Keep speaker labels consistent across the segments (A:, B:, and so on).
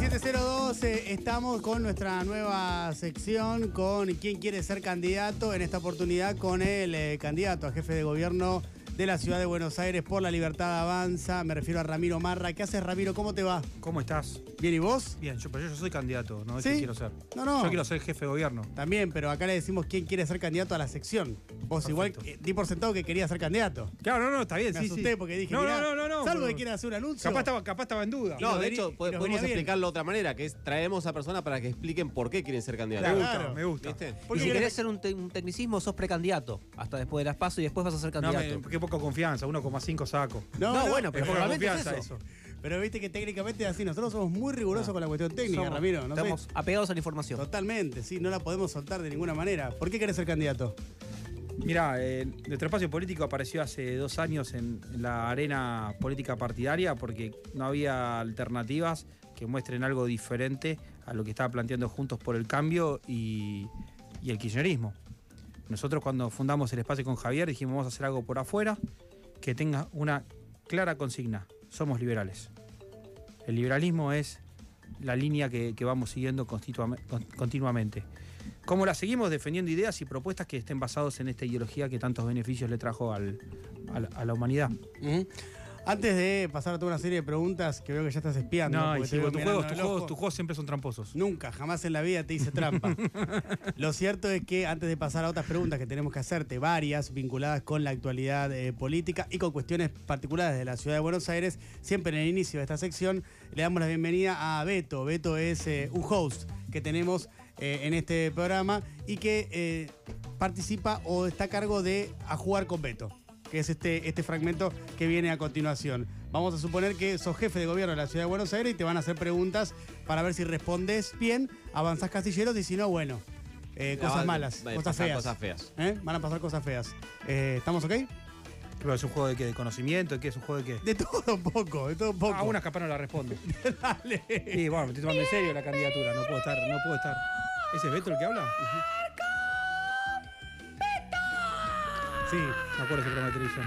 A: 1302 estamos con nuestra nueva sección con quién quiere ser candidato, en esta oportunidad con el eh, candidato a jefe de gobierno de la ciudad de Buenos Aires por la libertad avanza, me refiero a Ramiro Marra. ¿Qué haces Ramiro? ¿Cómo te va?
B: ¿Cómo estás?
A: ¿Bien y vos?
B: Bien, yo, pero yo, yo soy candidato, no es
A: ¿Sí?
B: que quiero ser.
A: No, no.
B: Yo quiero ser jefe de gobierno.
A: También, pero acá le decimos quién quiere ser candidato a la sección. Vos igual
B: Perfecto.
A: eh, di por sentado que quería ser candidato.
B: Claro, no, no, está bien,
A: Me
B: sí,
A: asusté
B: sí.
A: porque dije,
B: no,
A: mirá,
B: no, no, no, no.
A: salvo
B: pero-
A: que quiera hacer un anuncio.
B: Capaz estaba, capaz estaba en duda.
A: Y
C: No,
A: nos
C: de
A: veni-
C: hecho,
A: y
C: po-
A: nos venía
C: podemos
A: bien.
C: explicarlo de otra manera, que es traemos a personas para que expliquen por qué quieren ser
B: me
C: candidatos.
B: gusta,
A: Claro.
B: me gusta.
C: ¿Viste?
A: ¿Por
D: Y
A: qué
D: si
A: querés-
D: querés ser un, te- un tecnicismo, sos precandidato. Hasta después de las pasos y después vas a ser
B: No,
D: candidato.
B: me- qué poca confianza, 1,5 saco.
A: No,
D: No,
A: no,
D: bueno,
B: Es
D: pero
B: poca
D: realmente es
B: confianza
D: eso.
B: eso.
A: Pero viste que técnicamente es así. Nosotros somos muy rigurosos con la cuestión técnica,
D: Somos-
A: Ramiro. ¿no sé.
D: estamos apegados a la información.
A: Totalmente, sí, no la podemos soltar de ninguna manera. ¿Por qué querés ser candidato?
B: Mirá, eh, nuestro espacio político apareció hace dos años en la arena política partidaria porque no había alternativas que muestren algo diferente a lo que estaba planteando Juntos por el Cambio y, y el kirchnerismo. Nosotros cuando fundamos el espacio con Javier dijimos vamos a hacer algo por afuera que tenga una clara consigna. Somos liberales. El liberalismo es la línea que, que vamos siguiendo constitua- con- continuamente. ¿Cómo la seguimos defendiendo ideas y propuestas que estén basados en esta ideología que tantos beneficios le trajo al- al- a la humanidad?
A: Antes de pasar a toda una serie de preguntas que veo que ya estás espiando.
B: No,
A: porque
B: y
A: te
B: sí,
A: veo
B: tus
A: mirando
B: juegos, tus
A: el
B: juegos,
A: ojo.
B: tus juegos siempre son tramposos.
A: Nunca, jamás en la vida te hice trampa. Lo cierto es que antes de pasar a otras preguntas que tenemos que hacerte, varias vinculadas con la actualidad eh, política y con cuestiones particulares de la ciudad de Buenos Aires, siempre en el inicio de esta sección le damos la bienvenida a Beto. Beto es eh, un host que tenemos eh, en este programa y que eh, participa o está a cargo de A Jugar con Beto que es este, este fragmento que viene a continuación. Vamos a suponer que sos jefe de gobierno de la ciudad de Buenos Aires y te van a hacer preguntas para ver si respondes bien, avanzás casilleros y si no, bueno, eh,
C: La
A: cosas
C: van-
A: malas,
C: van a
A: cosas
C: pasar
A: feas.
C: cosas feas.
A: ¿Eh? Van a pasar cosas feas. Eh, ¿Estamos ok?
B: Pero es un juego de qué, de conocimiento, ¿De qué es un juego de qué.
A: De todo un poco, de todo un poco.
B: Ah, una capaz no la respondo.
A: Dale.
B: Y bueno, me estoy tomando en serio la candidatura, no puedo estar, no puedo estar. ¿Ese es Beto el que habla?
A: Sí,
B: Me acuerdo ese programa de televisión.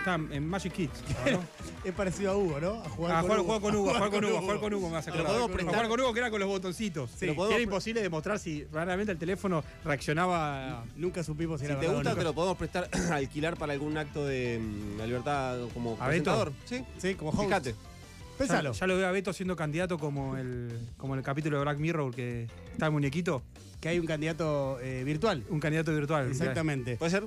B: Está en Magic Kids, ¿no?
A: es parecido a Hugo, ¿no? A jugar,
B: Ah,
A: con, Hugo.
B: jugar, jugar con Hugo, jugar con Hugo, jugar con Hugo, me vas a
A: A
B: acordar.
A: jugar con
B: A
A: Hugo.
B: jugar con Hugo que era con los botoncitos.
A: Sí.
B: Que Era imposible demostrar si realmente el teléfono reaccionaba.
A: Nunca supimos si,
C: Si
A: era
C: te
A: verdad o
C: gusta,
A: nunca.
C: te lo podemos prestar, alquilar para algún acto de mm, la libertad como
B: ¿A
C: presentador. Sí.
A: Sí, como host.
C: Fíjate.
A: Pensalo.
B: Ya, ya lo veo a Beto siendo candidato como el, como el capítulo de Black Mirror que está el muñequito,
A: Que hay un candidato eh, virtual.
B: un candidato virtual.
A: Exactamente.
C: ¿Puede ser?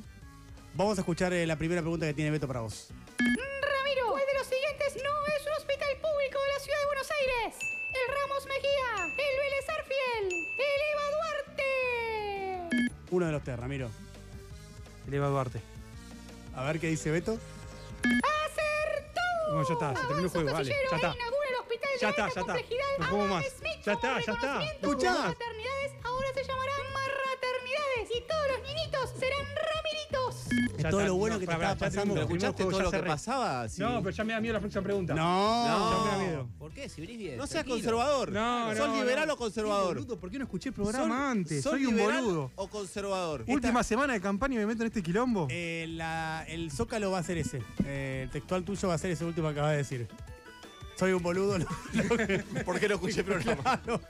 A: Vamos a escuchar eh, la primera pregunta que tiene Beto para vos.
E: Ramiro, ¿cuál Pues de los siguientes no es un hospital público de la ciudad de Buenos Aires? El Ramos Mejía, el Vélez Arfiel, el Eva Duarte.
A: Uno de los tres, Ramiro.
B: El Eva Duarte.
A: A ver qué dice Beto.
B: Bueno, ya está, se terminó el
E: Avanza
B: juego, vale.
E: Casillero
B: Ya
E: e
B: está.
E: inaugura el hospital
B: Ya
E: de
B: está,
E: alta
B: ya está.
E: complejidad
B: No juego
E: Adam
B: más.
E: Smith,
B: Ya está, ya está.
E: reconocimiento
B: No
E: de
B: juego más.
E: maternidades, ahora se llamarán maternidades y todos los niñitos serán ramiritos.
B: Ya
A: todo
B: está,
A: lo bueno
B: no,
A: que te
B: pará,
A: estaba
B: ya terminó.
A: pasando.
C: ¿Pero
B: El primer
C: escuchaste
B: juego
C: todo
B: ya
C: lo que
B: cerré.
C: pasaba? Sí.
B: No, pero ya me da miedo la próxima pregunta.
A: No.
B: Ya
C: No.
B: me da miedo.
D: ¿Por qué? Si venís bien.
C: No seas
D: tranquilo.
C: conservador.
B: No,
C: ¿Sos
B: no,
C: liberal
B: no.
C: o conservador?
B: Boludo, ¿por qué no escuché el
C: ¿Sos-
B: programa antes?
C: sos
B: Soy un
C: liberal
B: boludo.
C: o conservador?
B: Última semana de campaña y me meto en este quilombo.
A: Eh, la- el zócalo va a ser ese. Eh, el textual tuyo va a ser ese último que acabas de decir. Soy un boludo. lo- lo que-
C: ¿Por qué no escuché el programa?
A: claro.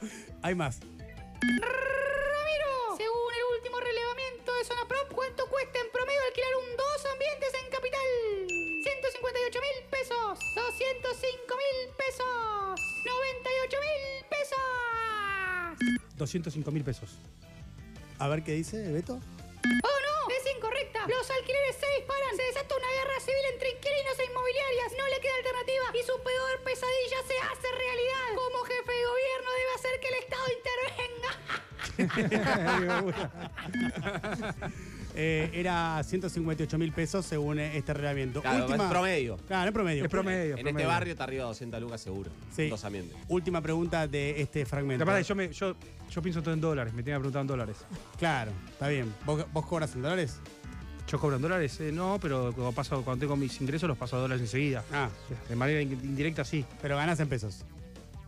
A: Hay más.
E: Ramiro, según el último relevamiento de Zona Prop, ¿cuánto cuesta en promedio alquilar un dos ambientes en capital? 158 mil pesos, 205 mil pesos, 98 mil pesos.
B: 205 mil pesos.
A: A ver qué dice Beto.
E: ¡Oh no! Es incorrecta. Los alquileres se disparan. Se desata una guerra civil entre inquilinos e inmobiliarias. No le queda alternativa y su peor pesadilla se hace realidad. Como jefe de gobierno debe hacer que el Estado intervenga.
A: Eh, era 158 mil pesos según eh, este reglamento.
C: Claro,
A: última...
C: es promedio.
A: Claro, es promedio.
B: Es promedio.
C: En este
B: promedio.
C: barrio está arriba de 200 lucas seguro.
A: Sí.
C: Dos ambientes.
A: Última pregunta de este
B: Lo
A: fragmento.
B: que pasa es que yo, me, yo, yo pienso todo en dólares, me tenía que preguntar en dólares.
A: Claro, está bien. ¿Vos, vos cobras en dólares?
B: ¿Yo cobro en dólares? Eh, no, pero cuando, paso, cuando tengo mis ingresos los paso a dólares enseguida.
A: Ah,
B: De manera in- indirecta sí.
A: pero ganás en pesos.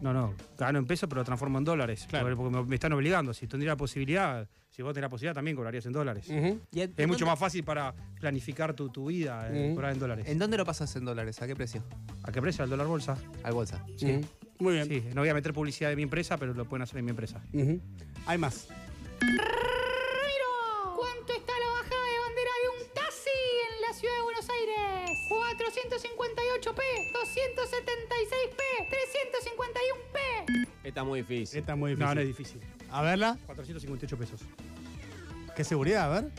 B: No, no, gano en pesos pero lo transformo en dólares.
A: Claro.
B: Porque me, me están obligando. Si tendría la posibilidad, si vos tenés la posibilidad también cobrarías en dólares.
D: ¿Y en-
B: Es
D: en
B: mucho
D: dónde-
B: más fácil para planificar tu, tu vida eh,
A: Ujú.
B: cobrar en dólares.
D: ¿En dónde lo pasas en dólares? ¿A qué precio?
B: ¿A qué precio? ¿Al dólar bolsa?
D: Al bolsa.
A: Sí. Muy bien.
B: Sí, no voy a meter publicidad de mi empresa, pero lo pueden hacer en mi empresa.
A: Ujú. Hay más.
E: Ramiro, ¿cuánto está la bajada de bandera de un taxi en la ciudad de Buenos Aires? 458p, 276p, 351p.
C: Está muy difícil.
A: Esta es muy difícil.
B: No, no es difícil.
A: A verla.
B: 458 pesos.
A: Qué seguridad, a ver.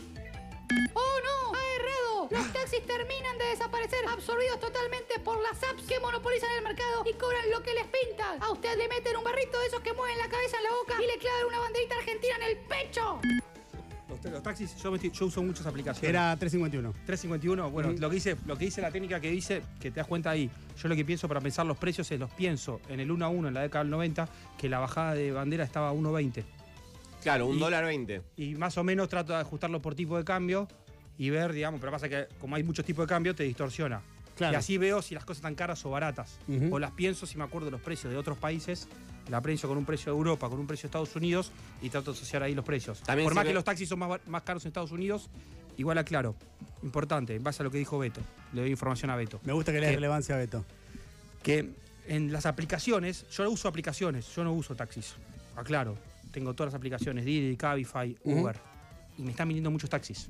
E: ¡Oh no! ¡Ha errado! Los taxis terminan de desaparecer, absorbidos totalmente por las apps que monopolizan el mercado y cobran lo que les pinta. A usted le meten un barrito de esos que mueven la cabeza en la boca y le clavan una banderita argentina en el pecho.
B: Los, los taxis, yo, me estoy- yo uso muchas aplicaciones.
A: Era 351.
B: 351, bueno, lo que dice, lo que dice la técnica que dice, que te das cuenta ahí, yo lo que pienso para pensar los precios es los pienso en el 1 a 1 en la década del 90, que la bajada de bandera estaba a 1.20.
C: Claro, un
B: Y-
C: dólar veinte.
B: Y más o menos trato de ajustarlo por tipo de cambio y ver, digamos, pero pasa que como hay muchos tipos de cambio, te distorsiona.
A: Claro.
B: Y así veo si las cosas están caras o baratas.
A: Ujú.
B: O las pienso si me acuerdo de los precios de otros países, la pienso con un precio de Europa, con un precio de Estados Unidos y trato de asociar ahí los precios.
C: También
B: por más
C: sirve-
B: que los taxis son más, bar- más caros en Estados Unidos, igual aclaro. Importante, en base a lo que dijo Beto, le doy información a Beto.
A: Me gusta que le dé
B: ¿Qué?
A: relevancia a Beto.
B: Que en las aplicaciones, yo uso aplicaciones, yo no uso taxis. Aclaro, tengo todas las aplicaciones, Didi, Cabify,
A: Ujú.
B: Uber. Y me están viniendo muchos taxis.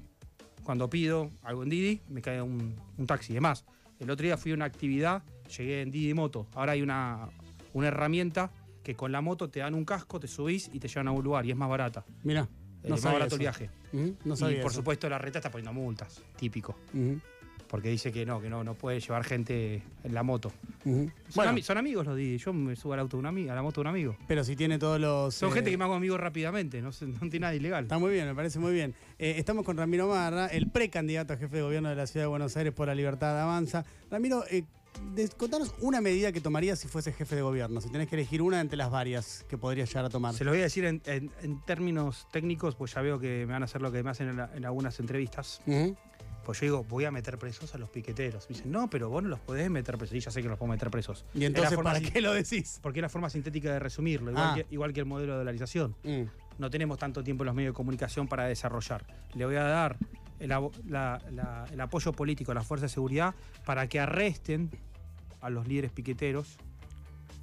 B: Cuando pido algo en Didi, me cae un, un taxi. Además, el otro día fui a una actividad, llegué en Didi Moto. Ahora hay una, una herramienta que con la moto te dan un casco, te subís y te llevan a un lugar y es más barata.
A: Mira,
B: Eh,
A: no
B: más
A: sabía
B: barato
A: eso.
B: el viaje.
A: Ujú, No sabía.
B: y por
A: eso.
B: supuesto la reta está poniendo multas, típico.
A: Ujú,
B: Porque dice que no, que no, no puede llevar gente en la moto.
A: ujú.
B: Son,
A: Bueno,
B: ami- son amigos los Didi. Yo me subo al auto de un ami- a la moto de un amigo.
A: pero si tiene todos los.
B: Son
A: eh,
B: gente que me hago amigos rápidamente, no, sé- no tiene nada ilegal.
A: Está muy bien, me parece muy bien. Eh, estamos con Ramiro Marra, el precandidato a jefe de gobierno de la Ciudad de Buenos Aires por la Libertad Avanza. Ramiro, eh, des- contanos una medida que tomarías si fuese jefe de gobierno, si tenés que elegir una entre las varias que podrías llegar a tomar.
B: Se los voy a decir en, en- en términos técnicos, pues ya veo que me van a hacer lo que me hacen en, la- en algunas entrevistas.
A: Ujú.
B: Pues yo digo, voy a meter presos a los piqueteros. Me dicen, no, pero vos no los podés meter presos. Y ya sé que los puedo meter presos.
A: Y
B: Es la
A: entonces,
B: forma
A: ¿para
B: sin-
A: qué lo decís?
B: Porque es la forma sintética de resumirlo, igual,
A: Ah.
B: que, igual que el modelo de dolarización.
A: Mm,
B: no tenemos tanto tiempo en los medios de comunicación para desarrollar. Le voy a dar el, abo- la- la- el apoyo político a las fuerzas de seguridad para que arresten a los líderes piqueteros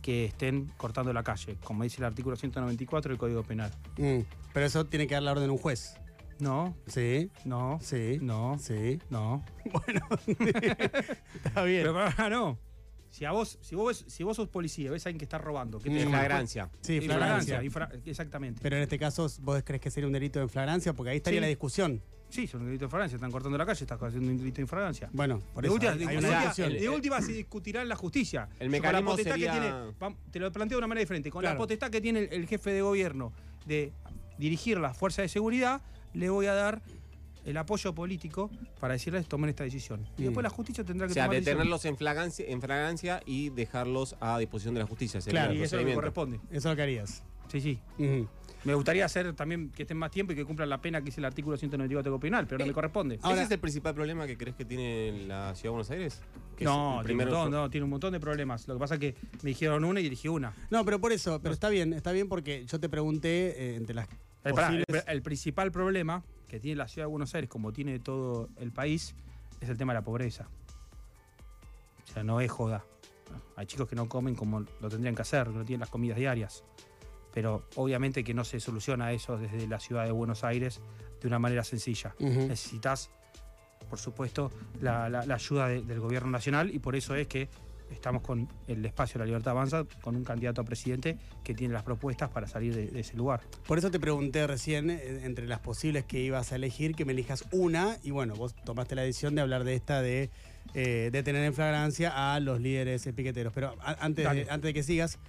B: que estén cortando la calle, como dice el artículo 194 del Código Penal.
A: mm. Pero eso tiene que dar la orden un juez.
B: No,
A: Sí,
B: no,
A: sí,
B: no,
A: sí.
B: no.
A: Está bien.
B: Pero pará, no. Si, a vos, si, vos ves- si vos sos policía, ves a alguien que está robando, que te
C: En
B: deja-
C: flagrancia.
A: sí,
B: Infragancia,
A: flagrancia.
B: infra- exactamente.
A: Pero en este caso, ¿vos crees que sería un delito de flagrancia? Porque ahí estaría
B: Sí.
A: la discusión.
B: sí, son un delito de infragancia, están cortando la calle, estás haciendo un delito de infragancia.
A: Bueno, por
B: de,
A: eso
B: última,
A: hay-
B: de
A: hay
B: última-
A: una
C: o sea,
A: discusión.
B: de última se discutirá en la justicia.
C: El
B: Yo
C: mecanismo
B: con la potestad
C: sería-
B: que tiene, vam- te lo planteo de una manera diferente. Con
A: Claro.
B: la potestad que tiene el, el jefe de gobierno de dirigir las fuerzas de seguridad, le voy a dar el apoyo político para decirles tomen esta decisión. Y después
A: Mm.
B: la justicia tendrá
C: O
B: que
C: sea,
B: tomar decisiones.
C: detenerlos en flagrancia, en fragancia y dejarlos a disposición de la justicia. Sería
A: Claro,
C: el
B: Y eso es lo que
C: procedimiento.
B: corresponde.
A: Eso es lo que harías.
B: Sí, sí.
A: Ujú.
B: Me gustaría hacer también que estén más tiempo y que cumplan la pena que dice el artículo 194 del Código penal, pero no me corresponde.
A: Ahora-
C: ¿Ese es el principal problema que crees que tiene la ciudad de Buenos Aires? Que es
B: No,
C: el
B: tiene un
C: primero-
B: montón, no, tiene un montón de problemas. Lo que pasa es que me dijeron una y dirigí una.
A: No, pero por eso, pero está bien, está bien porque yo te pregunté eh, entre las
B: Eh, pará, El,
A: posibles-
B: el principal problema que tiene la ciudad de Buenos Aires, como tiene todo el país, es el tema de la pobreza. O sea, no es joda. Hay chicos que no comen como lo tendrían que hacer, que no tienen las comidas diarias. Pero obviamente que no se soluciona eso desde la ciudad de Buenos Aires de una manera sencilla.
A: Ujú.
B: Necesitas, por supuesto, la, la- la ayuda de- del gobierno nacional y por eso es que estamos con el espacio de la libertad avanza, con un candidato a presidente que tiene las propuestas para salir de- de ese lugar.
A: Por eso te pregunté recién, eh, entre las posibles que ibas a elegir, que me elijas una, y bueno, vos tomaste la decisión de hablar de esta de eh, detener en flagrancia a los líderes eh, piqueteros. Pero a- antes, de,
B: Dale.
A: antes de que sigas,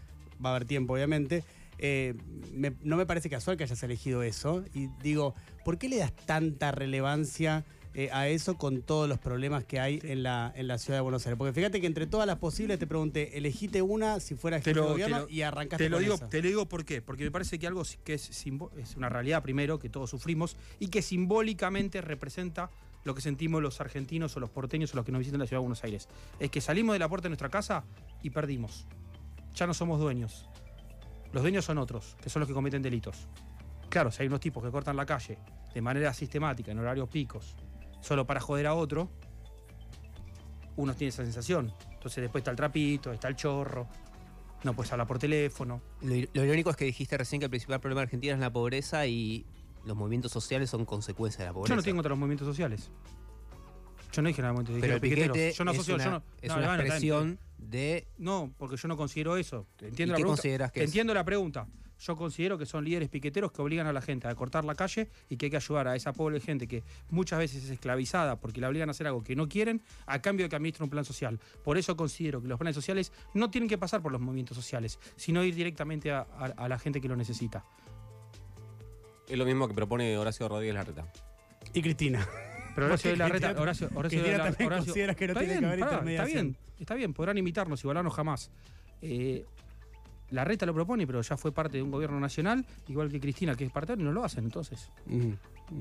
A: va a haber tiempo, obviamente. eh, me- no me parece casual que hayas elegido eso. Y digo, ¿por qué le das tanta relevancia eh, a eso con todos los problemas que hay en la, en la ciudad de Buenos Aires? Porque fíjate que entre todas las posibles te pregunté, elegiste una si fuera jefe
B: Te lo-
A: de
B: te
A: gobierno
B: lo-
A: y arrancaste
B: Te lo,
A: con
B: digo,
A: esa.
B: te lo digo por qué. Porque me parece que algo si- que es, simbo- es una realidad primero, que todos sufrimos, y que simbólicamente representa lo que sentimos los argentinos o los porteños o los que nos visitan la ciudad de Buenos Aires. Es que salimos de la puerta de nuestra casa y perdimos. Ya no somos dueños. Los dueños son otros, que son los que cometen delitos. Claro, si hay unos tipos que cortan la calle de manera sistemática, en horarios picos, solo para joder a otro, uno tiene esa sensación. Entonces después está el trapito, está el chorro, no puedes hablar por teléfono.
D: Lo, ir- lo irónico es que dijiste recién que el principal problema de Argentina es la pobreza y los movimientos sociales son consecuencia de la pobreza.
B: Yo no tengo contra los movimientos sociales. Yo no dije nada de movimientos
D: Pero el
B: dije piqueteros.
D: piquete
B: Yo no
D: es
B: asocio,
D: una,
B: yo no.
D: es
B: no,
D: una
B: Iván, está bien.
D: expresión de...
B: No, porque yo no considero eso.
D: ¿Y
B: Entiendo la
D: qué
B: pregunta.
D: consideras que es?
B: Entiendo la pregunta. Yo considero que son líderes piqueteros que obligan a la gente a cortar la calle y que hay que ayudar a esa pobre gente que muchas veces es esclavizada porque la obligan a hacer algo que no quieren a cambio de que administre un plan social. Por eso considero que los planes sociales no tienen que pasar por los movimientos sociales, sino ir directamente a, a- a la gente que lo necesita.
C: Es lo mismo que propone Horacio Rodríguez Larreta.
A: Y Cristina.
B: Pero Horacio de la Reta,
A: Cristina-
B: Horacio, Horacio
A: Cristina
B: de la
A: también
B: Horacio-
A: considera que no
B: Está
A: tiene que
B: bien,
A: haber
B: pará, Está
A: intermediación.
B: bien, está bien, podrán imitarnos, igualarnos jamás. Eh, la Reta lo propone, pero ya fue parte de un gobierno nacional, igual que Cristina, que es partidaria, y no lo hacen entonces.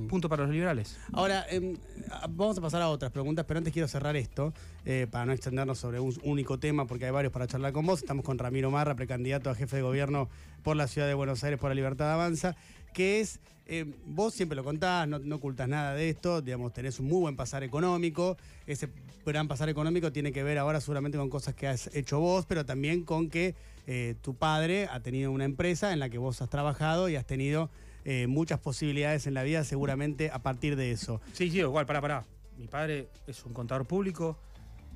B: Punto para los liberales.
A: Ahora, em, a- vamos a pasar a otras preguntas, pero antes quiero cerrar esto, eh, para no extendernos sobre un único tema, porque hay varios para charlar con vos. Estamos con Ramiro Marra, precandidato a jefe de gobierno por la ciudad de Buenos Aires por la Libertad Avanza, que es, eh, vos siempre lo contás, no, no ocultás nada de esto, digamos, tenés un muy buen pasar económico, ese gran pasar económico tiene que ver ahora seguramente con cosas que has hecho vos, pero también con que eh, tu padre ha tenido una empresa en la que vos has trabajado y has tenido eh, muchas posibilidades en la vida seguramente a partir de eso.
B: Sí, sí, igual, pará, pará. Mi padre es un contador público,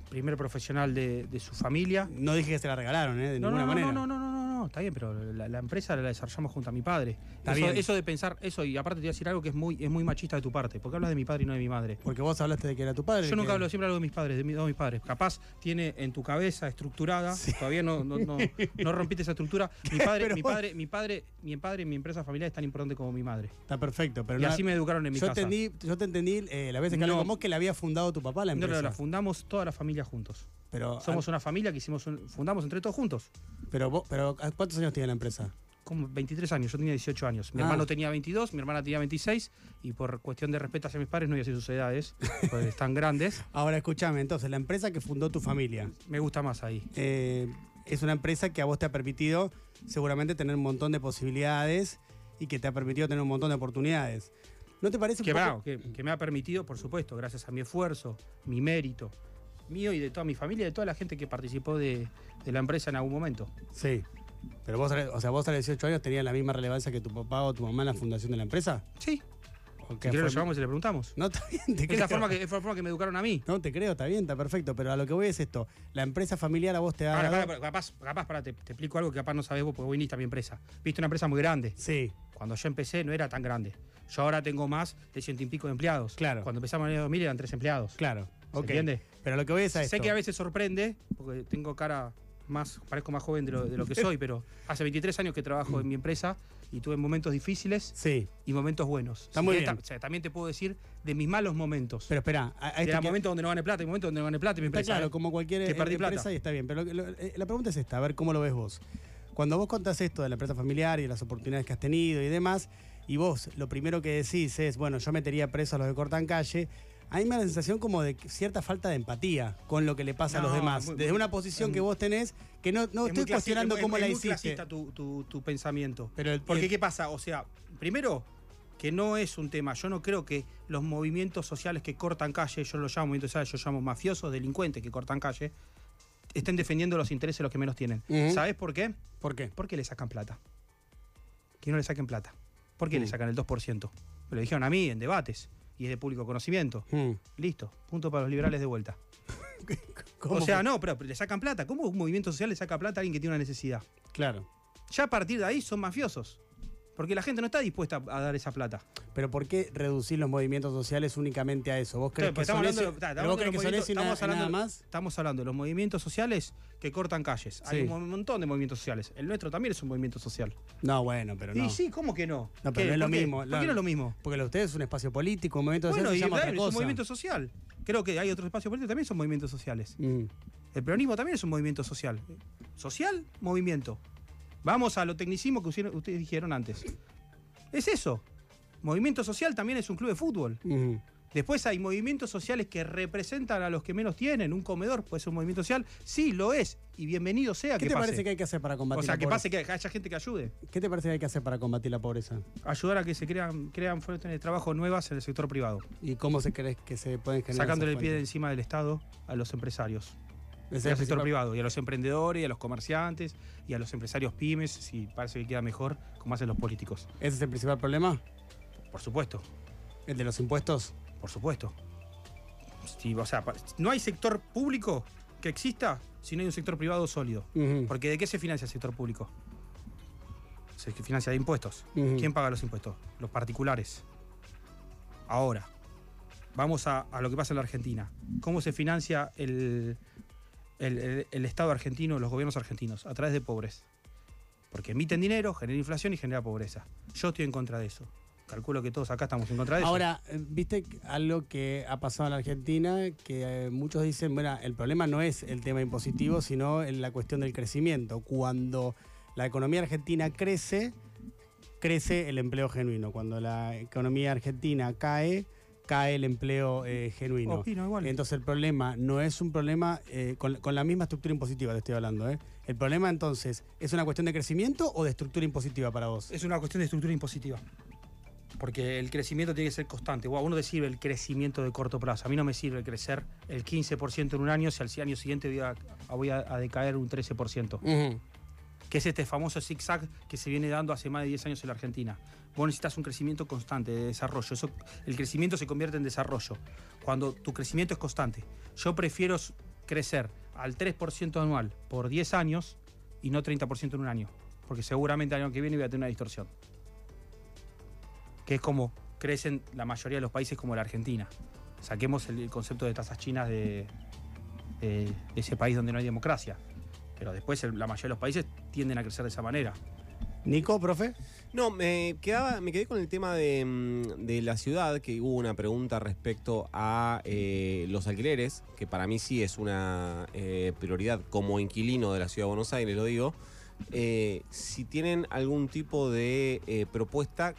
B: primer profesional de, de su familia.
A: No dije que se la regalaron, ¿eh? De
B: No, no,
A: ninguna manera.
B: no, no, no, no, no, no, no, está bien, pero la, la empresa la desarrollamos junto a mi padre.
A: Está
B: Eso,
A: bien.
B: eso de pensar, eso, y aparte te voy a decir algo que es muy, es muy machista de tu parte, porque hablas de mi padre y no de mi madre.
A: Porque vos hablaste de que era tu padre.
B: Yo nunca
A: que-
B: hablo siempre hablo de mis padres, de mis, de mis padres. Capaz tiene en tu cabeza estructurada, todavía no, no, no- no rompiste esa estructura. Mi padre,
A: Pero
B: mi
A: vos-
B: padre, mi padre, mi padre, mi empresa familiar es tan importante como mi madre.
A: Está perfecto, pero
B: y
A: no-
B: así me educaron en mi
A: yo
B: casa.
A: Entendí, yo te entendí eh, la vez que hablé
B: No.
A: con vos que la había fundado tu papá la
B: No,
A: empresa. Ah.
B: no, la fundamos toda la familia juntos.
A: pero,
B: Somos una familia que hicimos un- fundamos entre todos juntos.
A: pero, vos- pero ¿a ¿cuántos años tiene la empresa?
B: Como 23 años, yo tenía 18 años. Mi
A: Ah.
B: hermano tenía 22, mi hermana tenía 26. Y por cuestión de respeto hacia mis padres, no voy a decir sus edades, pues están grandes.
A: Ahora escúchame, entonces, la empresa que fundó tu familia
B: Me gusta más ahí.
A: eh, es una empresa que a vos te ha permitido seguramente tener un montón de posibilidades y que te ha permitido tener un montón de oportunidades. ¿No te parece un
B: que,
A: poco-
B: va, que- que me ha permitido, por supuesto, gracias a mi esfuerzo, mi mérito, mío y de toda mi familia, de toda la gente que participó de, de la empresa en algún momento.
A: Sí. Pero vos, a- o sea, vos a los 18 años tenías la misma relevancia que tu papá o tu mamá en la fundación de la empresa.
B: Sí,
A: ¿O
B: que
A: qué
B: lo
A: fue-
B: llamamos y le preguntamos.
A: No, está bien, te
B: Es
A: creo.
B: la, forma que, es la forma que me educaron a mí.
A: No, te creo, está bien, está perfecto. Pero a lo que voy es esto. La empresa familiar a vos te ha
B: Ahora,
A: dado...
B: pará, pará, capaz, capaz pará, te, te explico algo que capaz no sabés vos porque vos viniste a mi empresa. Viste una empresa muy grande.
A: Sí,
B: Cuando yo empecé no era tan grande. Yo ahora tengo más de ciento y pico de empleados.
A: Claro.
B: Cuando empezamos en el año 2000 eran tres empleados.
A: claro.
B: ¿Se
A: ok.
B: entiende?
A: Pero a lo que voy es a esto.
B: Sé que a veces sorprende, porque tengo cara más, parezco más joven de lo, de lo que soy, pero hace 23 años que trabajo en mi empresa y tuve momentos difíciles
A: Sí,
B: y momentos buenos.
A: Está
B: Si
A: muy
B: querés,
A: bien.
B: ta- o sea, también te puedo decir de mis malos momentos.
A: pero espera. A, a esto
B: Era
A: que-
B: momentos donde no gané plata, y momentos donde no gané plata en mi
A: Está
B: empresa.
A: claro,
B: ¿eh?
A: como cualquier
B: que
A: eh,
B: perdí
A: empresa
B: plata.
A: y está bien. Pero lo- lo- eh, la pregunta es esta, a ver cómo lo ves vos. Cuando vos contás esto de la empresa familiar y de las oportunidades que has tenido y demás, y vos lo primero que decís es, bueno, yo metería preso a los que cortan calle, a mí me da la sensación como de cierta falta de empatía con lo que le pasa a
B: No,
A: los demás.
B: muy- em,
A: Desde una posición que vos tenés, que no, no
B: Es muy
A: estoy
B: clasi-
A: cuestionando
B: es muy-
A: cómo
B: es
A: la
B: muy
A: hiciste.
B: clasista tu, tu- tu pensamiento.
A: Pero el-
B: Porque,
A: el-
B: ¿qué pasa? O sea, primero, que no es un tema. Yo no creo que los movimientos sociales que cortan calle, yo los llamo movimientos sociales, yo llamo mafiosos, delincuentes que cortan calle, estén defendiendo los intereses de los que menos tienen.
A: Ujú.
B: ¿Sabes por qué?
A: ¿Por qué?
B: Porque le sacan plata. Que no le saquen plata. ¿Por qué le
A: Mm.
B: sacan el 2%? Me lo dijeron a mí en debates y es de público conocimiento.
A: Hmm.
B: Listo, punto para los liberales de vuelta.
A: ¿Cómo
B: O sea,
A: que-
B: no, pero le sacan plata. ¿Cómo un movimiento social le saca plata a alguien que tiene una necesidad?
A: Claro.
B: ya a partir de ahí son mafiosos. Porque la gente no está dispuesta a dar esa plata.
A: Pero ¿por qué reducir los movimientos sociales únicamente a eso? ¿Vos crees
B: Claro,
A: que
B: pues
A: son
B: estamos
A: eso
B: hablando de- está,
A: pero vos
B: estamos hablando de
A: crees que
B: los
A: son eso y nada,
B: movimientos, estamos
A: y nada
B: hablando-
A: más?
B: Estamos hablando de los movimientos sociales que cortan calles. Hay
A: Sí.
B: un montón de movimientos sociales. El nuestro también es un movimiento social.
A: No, bueno, pero no.
B: Y sí, ¿cómo que no?
A: No, pero
B: ¿Qué?
A: no es lo
B: ¿Por qué?
A: mismo,
B: ¿Por
A: la-
B: qué no es lo mismo?
A: Porque lo de ustedes es un espacio político, un movimiento
B: Bueno,
A: social
B: y
A: se llama
B: claro,
A: otra
B: es un
A: cosa.
B: movimiento social. Creo que hay otros espacios políticos también son movimientos sociales.
A: Mm.
B: El peronismo también es un movimiento social. Social, movimiento. Vamos a lo tecnicismo que usieron- ustedes dijeron antes. Es eso. Movimiento social también es un club de fútbol.
A: Mm.
B: Después hay movimientos sociales que representan a los que menos tienen. Un comedor puede ser un movimiento social. Sí, lo es. Y bienvenido sea
A: ¿Qué
B: que
A: te
B: pase.
A: parece que hay que hacer para combatir
B: o sea,
A: la
B: que pase
A: pobreza?
B: que haya gente que ayude.
A: ¿Qué te parece que hay que hacer para combatir la pobreza?
B: Ayudar a que se crean, crean fuentes de trabajo nuevas en el sector privado.
A: ¿Y cómo se crees que se pueden generar
B: Sacándole el
A: esas
B: pie de
A: fuentes?
B: encima del Estado a los empresarios.
A: Es
B: al
A: el
B: sector
A: principal.
B: privado, y a los emprendedores, y a los comerciantes, y a los empresarios pymes, si parece que queda mejor, como hacen los políticos.
A: ¿Ese es el principal problema?
B: Por supuesto,
A: ¿El de los impuestos?
B: por supuesto. Sí, o sea, pa- no hay sector público que exista si no hay un sector privado sólido.
A: Ujú.
B: Porque ¿de qué se financia el sector público? Se financia de impuestos.
A: Ujú.
B: ¿Quién paga los impuestos? Los particulares. Ahora, vamos a, a lo que pasa en la Argentina. ¿Cómo se financia el, el- el- el Estado argentino, los gobiernos argentinos? A través de pobres. Porque emiten dinero, genera inflación y genera pobreza. Yo estoy en contra de eso. Calculo que todos acá estamos en contra de eso.
A: Ahora, eh, viste algo que ha pasado en la Argentina, que eh, muchos dicen, bueno, el problema no es el tema impositivo, sino en la cuestión del crecimiento. Cuando la economía argentina crece, crece el empleo genuino. Cuando la economía argentina cae, cae el empleo eh, genuino.
B: Opino igual.
A: Entonces el problema no es un problema eh, con, con la misma estructura impositiva, te estoy hablando. ¿eh? El problema entonces, ¿es una cuestión de crecimiento o de estructura impositiva para vos?
B: Es una cuestión de estructura impositiva. Porque el crecimiento tiene que ser constante. Guau, A uno te sirve el crecimiento de corto plazo. A mí no me sirve crecer el 15% en un año si al año siguiente voy a, a- voy a- a decaer un 13%.
A: Ujú.
B: Que es este famoso zigzag que se viene dando hace más de 10 años en la Argentina. Vos necesitas un crecimiento constante de desarrollo. Eso, el crecimiento se convierte en desarrollo cuando tu crecimiento es constante. Yo prefiero s- crecer al 3% anual por 10 años y no 30% en un año. Porque seguramente el año que viene voy a tener una distorsión que es como crecen la mayoría de los países como la Argentina. Saquemos el, el concepto de tasas chinas de, de ese país donde no hay democracia. Pero después el- la mayoría de los países tienden a crecer de esa manera.
A: Nico, profe.
C: No, me, quedaba, me quedé con el tema de, mm, de la ciudad, que hubo una pregunta respecto a eh, los alquileres, que para mí sí es una eh, prioridad como inquilino de la ciudad de Buenos Aires, lo digo. Eh, si tienen algún tipo de eh, propuesta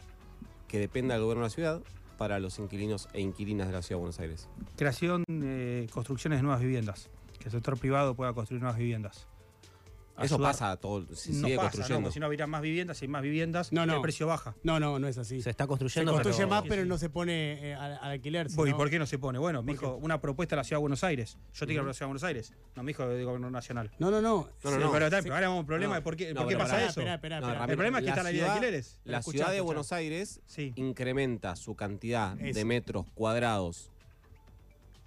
C: que dependa del gobierno de la ciudad para los inquilinos e inquilinas de la ciudad de Buenos Aires.
B: Creación, eh, construcciones de nuevas viviendas. Que el sector privado pueda construir nuevas viviendas.
C: Eso
B: Ayudar-
C: pasa a todo, se
B: no
C: sigue
B: pasa,
C: construyendo.
B: ¿no? Porque si no habría más viviendas, si hay más viviendas,
A: No, no.
B: el precio baja.
A: No, no, no es así.
D: Se está
A: Se
D: construyendo.
A: construye
D: pero-
A: más, pero no se pone eh, al, al alquiler.
B: Voy,
A: sino-
B: Pues, ¿Por qué no se pone? Bueno, me
A: ¿Por
B: dijo una propuesta de la Ciudad de Buenos Aires. Yo te digo la Ciudad de Buenos Aires, no me dijo de Gobierno Nacional.
A: No, no, no.
C: No, no,
B: Sí,
C: no.
B: Pero, está, pero ahora vamos a un problema
C: No.
B: de por qué,
C: No,
B: por qué
C: pero
B: pasa
C: pará,
B: eso.
A: Espera, espera,
C: No,
A: espera.
C: Ramiro,
B: problema es que
C: la
B: está la ley de
C: ciudad-
B: alquileres.
C: La
B: Escuchá,
C: ciudad de
B: escuchá.
C: Buenos Aires
B: Sí.
C: incrementa su cantidad
A: Eso.
C: de metros cuadrados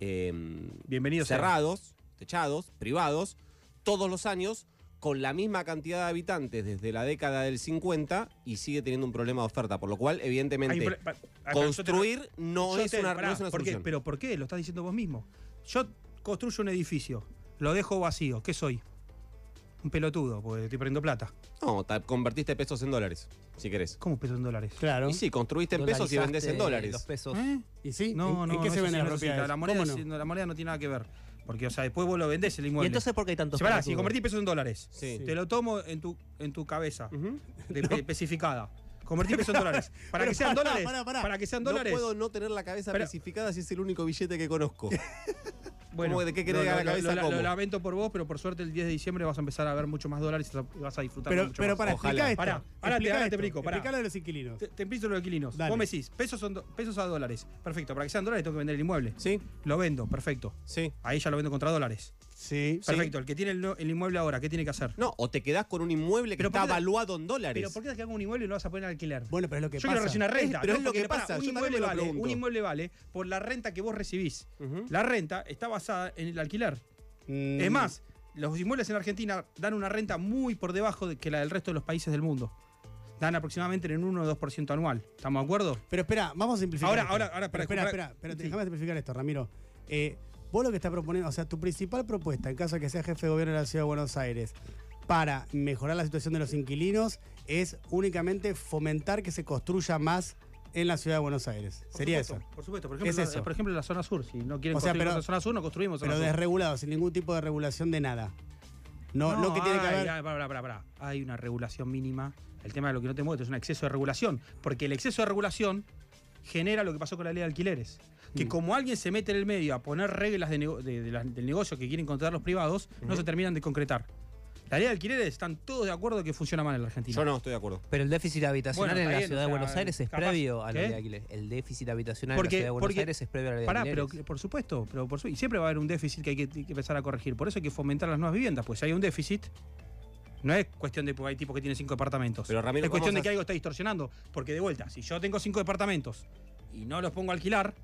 C: em,
B: Bienvenidos a-
C: cerrados, techados, privados, todos los años, con la misma cantidad de habitantes desde la década del 50 y sigue teniendo un problema de oferta, por lo cual,
B: Hay un
C: evidentemente,
B: pro- pa- ah, pero yo te-
C: construir no
B: yo
C: es
B: te-
C: una,
B: pará,
C: no es una
B: ¿por qué?
C: solución.
B: Pero ¿por qué? Lo estás diciendo vos mismo. Yo construyo un edificio, lo dejo vacío. ¿Qué soy? Un pelotudo, porque estoy perdiendo plata.
C: No, ta- convertiste pesos en dólares, si querés.
B: ¿Cómo pesos en dólares?
A: Claro.
C: Y sí, construiste en pesos y vendés en
D: Dolarizaste
C: dólares.
D: Los pesos.
B: ¿Eh?
A: ¿Y sí?
B: No,
A: ¿En,
B: no,
A: en qué
B: no
A: se
B: es así,
A: venden las
B: no es así.
A: propiedades?
B: La moneda,
A: ¿Cómo
B: sí,
A: no?
B: no, la moneda no tiene nada que ver. Porque, o sea, después vos lo vendés el
D: ¿Y
B: inmueble.
D: entonces por qué hay tantos
B: Si, pará, si
D: pelotudos?
B: convertís pesos en dólares,
C: Sí.
B: te lo tomo en tu, en tu cabeza,
C: Ujú.
B: de- especificada. Convertí pesos en dólares. Para
A: Pero
B: que sean
A: pará,
B: dólares.
A: pará, pará.
B: Para que sean
C: No
B: dólares.
C: puedo no tener la cabeza
B: Pero-
C: especificada si es el único billete que conozco.
B: Bueno,
C: ¿Cómo que- qué querés
B: lo-
C: que haga
B: lo-
C: la cabeza?
B: Lo, lo-
C: ¿Cómo?
B: lo lamento por vos, pero por suerte el 10 de diciembre vas a empezar a ver mucho más dólares y vas a disfrutar
A: Pero,
B: mucho
A: pero
B: más.
A: para
C: Ojalá.
A: explicar esto.
B: Pará, ahora te- ahora te
A: explica esto,
B: explico, pará.
A: explica lo de los inquilinos.
B: Te, te empiezo los inquilinos.
A: Dale.
B: Vos me decís, pesos, son do- pesos a dólares. Perfecto, para que sean dólares tengo que vender el inmueble.
C: Sí,
B: Lo vendo, perfecto.
C: sí.
B: Ahí ya lo vendo contra dólares.
A: Sí.
B: Perfecto, el que tiene el, no- el inmueble ahora, ¿qué tiene que hacer?
C: No, o te quedás con un inmueble que
B: Pero
C: está
B: ¿por qué-
C: evaluado en dólares.
B: Pero ¿por qué te quedas con un inmueble y lo vas a poner a alquiler?
A: Bueno, pero es lo que
B: Yo
A: pasa.
B: quiero recibir una renta.
C: Es- pero
B: ¿no?
C: es lo
B: Porque
C: que
B: pará,
C: pasa,
B: Un
C: yo también
B: inmueble,
C: me lo
B: vale, un
C: pregunto.
B: inmueble vale por la renta que vos recibís.
C: Ujú.
B: La renta está basada en el alquiler.
A: Mm,
B: Es más, los inmuebles en Argentina dan una renta muy por debajo de que la del resto de los países del mundo. Dan aproximadamente en un 1 o 2% anual. ¿Estamos de acuerdo?
A: Pero espera, vamos a simplificar.
B: Ahora,
A: esto.
B: ahora,
A: Pero
B: ahora, para-
A: espera,
B: para-
A: espera, espera,
B: sí.
A: déjame simplificar esto, Ramiro. Eh, vos lo que estás proponiendo, o sea, tu principal propuesta en caso de que seas jefe de gobierno de la Ciudad de Buenos Aires para mejorar la situación de los inquilinos es únicamente fomentar que se construya más en la Ciudad de Buenos Aires. Sería
B: por
A: eso.
B: supuesto, Por supuesto. Por ejemplo,
A: Es
B: la,
A: eso.
B: por ejemplo, la zona sur. Si no quieren
A: O sea,
B: construir
A: pero-
B: la zona sur, no construimos zona
A: Pero
B: sur.
A: desregulado, sin ningún tipo de regulación de nada. No, no, que tiene que
B: hay-
A: haber.
B: hay- pará, pará, pará. Hay una regulación mínima. El tema de lo que no te mueve es un exceso de regulación. Porque el exceso de regulación genera lo que pasó con la ley de alquileres. Que
A: Mm.
B: como alguien se mete en el medio a poner reglas de nego- de- de las- del negocio que quieren contratar los privados, no se terminan de concretar. La ley de alquileres están todos de acuerdo que funciona mal en la Argentina.
C: Yo no estoy de acuerdo.
D: Pero el déficit habitacional
B: Bueno,
D: en
B: está
D: la
B: bien, o
D: ciudad de
B: sea,
D: Buenos Aires es
B: capaz-
D: previo a la
B: ¿Qué?
D: ley de alquileres. El déficit habitacional
B: Porque-
D: en la ciudad de Buenos
B: porque-
D: Aires es previo a la ley de
B: Pará, pero
D: alquileres.
B: que- por supuesto, pero por su- y siempre va a haber un déficit que hay que, hay que empezar a corregir. Por eso hay que fomentar las nuevas viviendas, pues si hay un déficit, no es cuestión de porque hay tipos que tienen cinco departamentos.
C: Pero, Ramiro,
B: es cuestión
C: vamos
B: de
C: a-
B: que algo está distorsionando. Porque de vuelta, si yo tengo cinco departamentos y no los pongo a alquilar,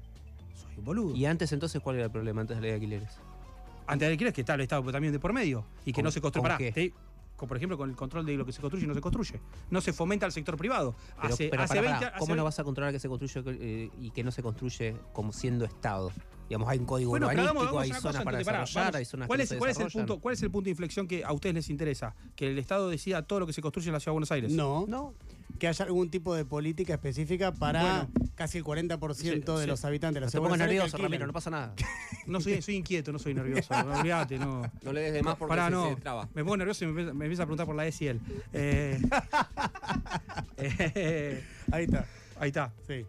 B: soy un boludo.
D: ¿Y antes entonces cuál era el problema antes de la ley de alquileres?
B: Antes de alquiler que está el Estado también de por medio y que
D: ¿Con-
B: no se construye. Pará,
D: con qué?
B: te- con- por ejemplo, con el control de lo que se construye y no se construye. No se fomenta al sector privado.
D: Pero,
B: hace,
D: pero
B: hace
D: pará,
B: 20
D: pará,
B: hace
D: ¿cómo no
B: 20
D: vas a controlar que se construye eh, y que no se construye como siendo Estado? Digamos, hay un código
B: Bueno, pero hagamos-
D: urbanístico,
B: hagamos
D: hay
B: una
D: zonas
B: cosa,
D: para
B: entonces, pará,
D: desarrollar,
B: vamos.
D: hay zonas
B: ¿Cuál
D: que
B: es,
D: no se
B: cuál es el
D: desarrollan.
B: punto, ¿Cuál es el punto de inflexión que a ustedes les interesa? ¿Que el Estado decida todo lo que se construye en la Ciudad de Buenos Aires?
A: No,
D: No,
A: que haya algún tipo de política específica para casi el 40% de
B: Sí, sí.
A: los habitantes de la
D: no te
A: ciudad. de
D: pongas
A: Buenos Aires que
D: nervioso,
A: alquilan.
D: Ramiro, no pasa nada.
B: No soy, soy inquieto, no soy nervioso. no, olvídate, no.
C: No le des de más porque
B: Pará,
C: se,
B: no.
C: se traba.
B: Me pongo nervioso y me, empieza- me empieza a preguntar por la SIL. Eh, eh,
A: Ahí está,
B: ahí está.
A: sí.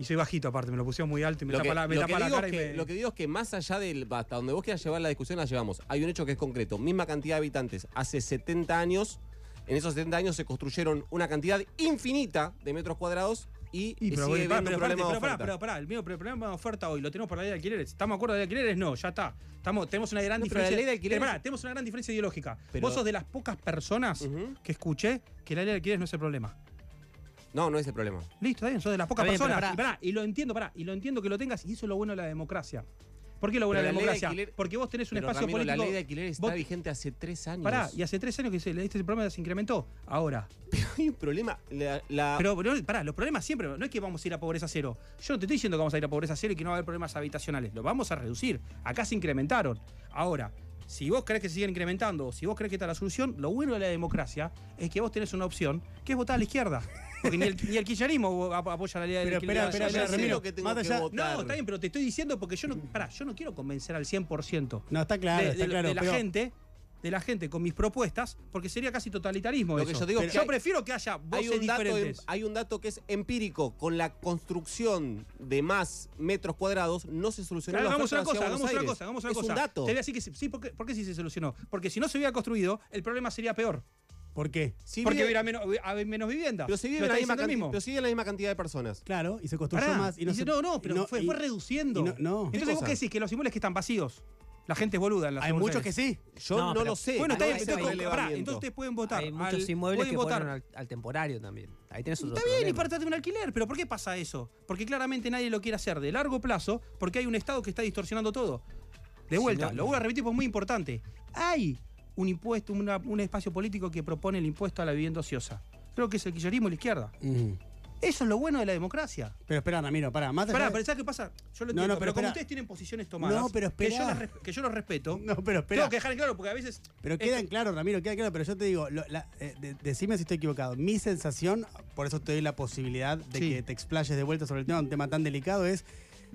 B: Y soy bajito aparte, me lo pusieron muy alto y me
C: Lo
B: tapa
C: que,
B: la, me
C: lo
B: tapa
C: que
B: la
C: digo
B: cara
C: es
B: y
C: que,
B: me.
C: lo que digo es que más allá del hasta donde vos quieras llevar la discusión la llevamos. Hay un hecho que es concreto, misma cantidad de habitantes. Hace 70 años, en esos 70 años se construyeron una cantidad infinita de metros cuadrados y,
B: Y, pero,
C: sigue
B: pará,
C: habiendo
B: pero,
C: un problema
B: aparte,
C: de
B: pero, pará,
C: oferta.
B: pero, pará, el mío, pero el problema de oferta hoy lo tenemos por la ley de alquileres. ¿Estamos de acuerdo de alquileres? No, ya está. Estamos, tenemos una gran
C: No, pero la
B: diferencia.
C: ley de alquileres-
B: Pará, tenemos una gran diferencia ideológica.
C: Pero-
B: Vos sos de las pocas personas
C: Ujú.
B: que escuché que la ley de alquileres no es el problema.
C: No, no es el problema.
B: Listo, está bien, sos de las pocas
D: Está bien, pero
B: personas. Y,
D: pará.
B: pará, y lo entiendo, pará, y lo entiendo que lo tengas, y eso es lo bueno de la democracia. ¿Por qué es lo bueno
C: Pero
B: de la
C: la ley de
B: democracia?
C: alquiler-
B: Porque vos tenés un
C: Pero,
B: espacio
C: Ramiro, la
B: político.
C: ley de alquiler está
B: vos-
C: vigente hace tres años.
B: Pará, y hace tres años que se, este problema se incrementó. Ahora,
C: Hay un problema. La, la-
B: Pero, pero, pará, los problemas siempre, no es que vamos a ir a pobreza cero. Yo no te estoy diciendo que vamos a ir a pobreza cero y que no va a haber problemas habitacionales. Los vamos a reducir. Acá se incrementaron. Ahora, si vos crees que se siguen incrementando, o si vos crees que está la solución, lo bueno de la democracia es que vos tenés una opción, que es votar a la izquierda. Porque ni el, ni el kirchnerismo ap- apoya la idea
A: Pero
B: del
A: espera, espera,
C: ya
A: espera,
C: sé
A: Ramiro.
C: lo que tengo
A: más
C: que
A: allá-
C: votar.
B: No, está bien, pero te estoy diciendo porque yo no, pará, yo no quiero convencer al 100%
A: No, está claro,
B: de, de-
A: está claro.
B: de la
A: pero-
B: gente. De la gente con mis propuestas, porque sería casi totalitarismo.
C: Lo que
B: eso.
C: yo digo es
B: Pero
C: que
B: yo
C: hay-
B: prefiero que haya
C: hay
B: voces
C: un, dato, em-
B: diferentes.
C: hay un dato que es empírico. Con la construcción de más metros cuadrados no se solucionó la
B: hagamos
C: oferta
B: una
C: de
B: cosa,
C: la
B: hagamos
C: ciudad de
B: una
C: Buenos
B: cosa, hagamos una
C: Aires.
B: cosa.
C: Es un dato.
B: Te voy a decir que sí- sí, ¿por qué, por qué sí se solucionó? Porque si no se hubiera construido, el problema sería peor.
A: ¿Por qué?
C: Si
B: porque
C: vive-
B: hubiera menos, hubiera menos vivienda.
C: pero se
B: ¿Lo
C: vive la
B: está
C: misma
B: diciendo el
C: canti-
B: mismo?
C: pero se vive la misma cantidad de personas.
A: Claro, y se construyó
B: Pará,
A: más. Y no,
B: dice,
A: se-
B: no, no,
A: y
B: pero fue,
A: y-
B: fue reduciendo.
A: y no- no.
B: Entonces, ¿vos
C: cosa?
B: qué decís? Que los inmuebles que están vacíos, la gente es boluda en la
A: Hay
B: Buenos
A: muchos que
B: Aires.
A: sí.
C: Yo
D: No,
C: no,
D: pero-
C: lo sé.
B: Bueno,
C: no
B: está bien,
C: es
B: entonces,
C: el
B: pará,
C: relevamiento.
B: entonces ustedes pueden votar.
D: Hay muchos
B: al-
D: inmuebles
B: pueden
D: que
B: votar.
D: fueron al, al temporario también. Ahí tenés otro
B: Está bien, y
D: problema.
B: pártate un alquiler, pero ¿por qué pasa eso? Porque claramente nadie lo quiere hacer de largo plazo, porque hay un Estado que está distorsionando todo. De vuelta,
D: no-
B: lo voy a repetir porque es muy importante. Hay un impuesto, una- un espacio político que propone el impuesto a la vivienda ociosa. Creo que es el kirchnerismo y la izquierda. Eso es lo bueno de la democracia.
A: Mm. Pero espera, Ramiro, pará. Más allá
B: Pará,
A: de-
B: pero ¿sabes qué pasa? Yo lo
A: No,
B: entiendo,
A: no,
B: pero,
A: pero
B: como
A: espera.
B: ustedes tienen posiciones tomadas,
A: No, pero
B: que, yo
A: esperá.
B: las res- que yo los respeto,
A: No, pero espera.
B: tengo que Este- dejar en claro porque a veces...
A: Pero
B: esto-
A: quedan claro, Ramiro, queda claro, pero yo te digo, lo- la- eh, de- decime si estoy equivocado. Mi sensación, por eso te doy la posibilidad de
B: Sí.
A: que te explayes de vuelta sobre el tema, un tema tan delicado, es,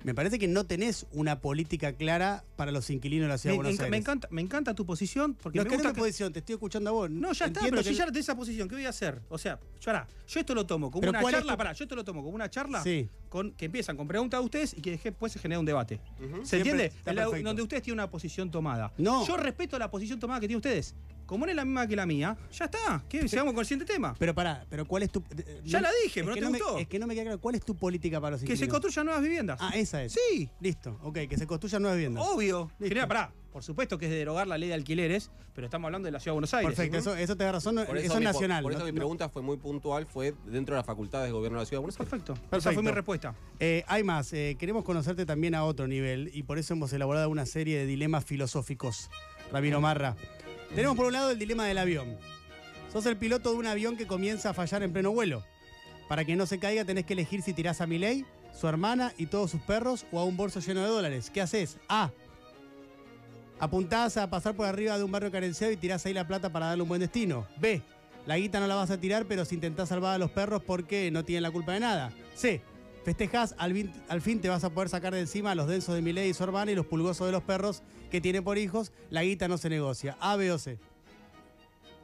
A: me parece que no tenés una política clara para los inquilinos de la ciudad
B: me,
A: de Buenos
B: enca- me
A: Aires.
B: encanta, me encanta tu posición porque
A: No,
B: me
A: es que no
B: gusta
A: me
B: que-
A: posición, te estoy escuchando a vos.
B: No, ya está,
A: Entiendo
B: pero si
A: que-
B: ya de esa posición, ¿qué voy a hacer? O sea, yo ahora, yo esto lo tomo como
A: Pero
B: una
A: ¿cuál es
B: charla,
A: tu-
B: pará, yo esto lo tomo como una charla
A: Sí.
B: con, que empiezan con preguntas de ustedes y que después pues se genera un debate. ¿Se
A: Siempre
B: entiende?
A: está
B: En la-
A: perfecto.
B: donde ustedes tienen una posición tomada.
A: No.
B: Yo respeto la posición tomada que tienen ustedes. Como no es la misma que la mía, ya está, que sigamos con el siguiente tema.
A: Pero pará, pero ¿cuál es tu. eh,
B: Ya
A: no-
B: la dije,
A: es
B: pero
A: que
B: no te
A: me-
B: gustó.
A: es que no me queda claro, ¿cuál es tu política para los
B: Que se
A: inquilinos?
B: construyan nuevas viviendas.
A: Ah, esa es.
B: Sí.
A: Listo, ok, que se construyan nuevas viviendas.
B: Obvio. Genera, pará, por supuesto que es de derogar la ley de alquileres, pero estamos hablando de la ciudad de Buenos Aires.
A: Perfecto, eso, eso te da razón, no-
C: Por
A: eso es
C: mi po-
A: nacional.
C: Por
A: no-
C: eso mi
A: no-
C: pregunta fue muy puntual, fue dentro de las facultades de gobierno de la ciudad de Buenos Aires.
B: Perfecto. Esa
A: Perfecto.
B: fue mi respuesta.
A: Eh, hay más, eh, queremos conocerte también a otro nivel y por eso hemos elaborado una serie de dilemas filosóficos. Ramiro Marra. Tenemos por un lado el dilema del avión. Sos el piloto de un avión que comienza a fallar en pleno vuelo. Para que no se caiga tenés que elegir si tirás a Milei, su hermana y todos sus perros o a un bolso lleno de dólares. ¿Qué haces? A. Apuntás a pasar por arriba de un barrio carenciado y tirás ahí la plata para darle un buen destino. B. La guita no la vas a tirar, pero si intentás salvar a los perros porque no tienen la culpa de nada. C. Festejás, al, vin- al fin te vas a poder sacar de encima a los densos de Milei y su hermana y los pulgosos de los perros que tiene por hijos. La guita no se negocia. A, B o C.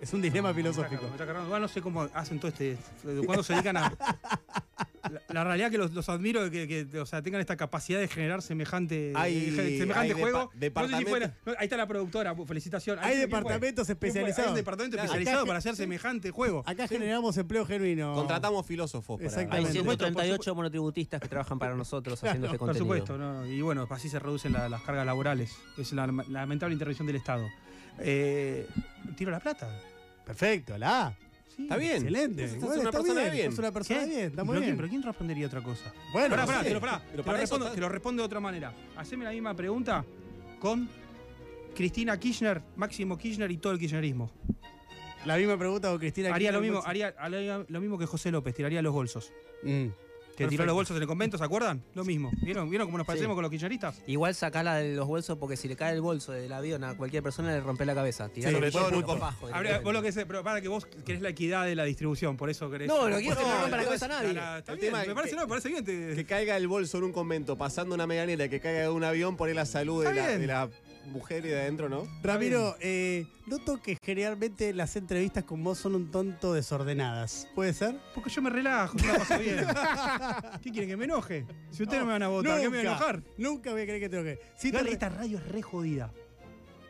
A: Es un dilema
B: Me está
A: filosófico.
B: cargando, me está cargando. Igual no sé cómo hacen todo este. ¿Cuándo se dedican a.? La, la realidad es que los, los admiro de que, que, o sea, tengan esta capacidad de generar semepante,
C: Hay-
B: de- semejante
C: hay
B: juego.
C: depa- departamento-
B: fue la- no, ahí está la productora, pues, felicitación.
A: Hay
B: ¿Quién fue?
A: departamentos
B: ¿Quién fue?
A: especializados.
B: Hay un departamento
C: Claro.
B: especializado
A: Acá-
B: para hacer semejante juego.
A: Acá generamos empleo genuino.
C: Contratamos filósofos para.
D: Hay
A: Exactamente.
D: 138 monotributistas que trabajan para nosotros haciendo este
B: por
D: contenido.
B: supuesto, no, y bueno, así se reducen la- las cargas laborales. Es la, la lamentable intervención del Estado. Eh, tiro la plata.
A: Perfecto, la A.
B: Sí.
C: Está bien.
A: Excelente.
C: Estás
A: Bueno,
C: una
A: está
C: persona
A: bien.
C: bien.
A: Estás una persona
B: ¿Qué?
A: bien. Está muy
B: ¿Pero quién-
A: bien.
B: ¿Pero quién respondería otra cosa?
A: Bueno,
B: Pará,
C: no
B: pará,
C: sé.
B: te lo, pará,
C: Pero
B: te lo
C: para eso
B: respondo,
C: está-
B: te lo respondo de otra manera. Haceme la misma pregunta con Cristina Kirchner, Máximo Kirchner y todo el kirchnerismo.
A: la misma pregunta con Cristina.
B: Haría lo
A: Kirchner,
B: mismo,
A: entonces.
B: haría, haría lo mismo que José López, tiraría los bolsos.
A: Mm.
B: Que
A: Perfecto.
B: tiró los bolsos en el convento, ¿se acuerdan? Lo mismo. ¿Vieron, ¿Vieron cómo nos parecemos con los kirchneristas?
D: Igual sacala de los bolsos porque si le cae el bolso del avión a cualquier persona le rompe la cabeza. Tirá
A: Sí, sobre
D: los
A: todo en un
D: bolsos
A: compa-
D: bajo.
B: Habría- vos lo que sé, pero para que vos querés la equidad de la distribución, por eso querés.
D: No, no quiero que
C: No,
D: no rompa
C: el
D: la cabeza a
C: tema
B: No,
D: nadie.
B: no, está
C: El
B: bien,
C: tema
B: me
C: es
B: parece,
C: que-
B: no, me parece bien. te-
C: Que caiga el bolso en un convento, pasando una meganera, que caiga de un avión, poner la salud de
B: Está
C: la,
B: bien.
C: de la mujer y de adentro, ¿no?
A: Ramiro, eh, noto que generalmente las entrevistas con vos son un tonto desordenadas. ¿Puede ser?
B: Porque yo me relajo, me la paso bien. ¿Qué quieren que me enoje? Si ustedes no, me van a votar, ¿qué me voy a
A: Nunca,
B: enojar?
A: Nunca voy a creer que te enojes. Sí,
B: Igual
A: te-
B: esta radio es re jodida.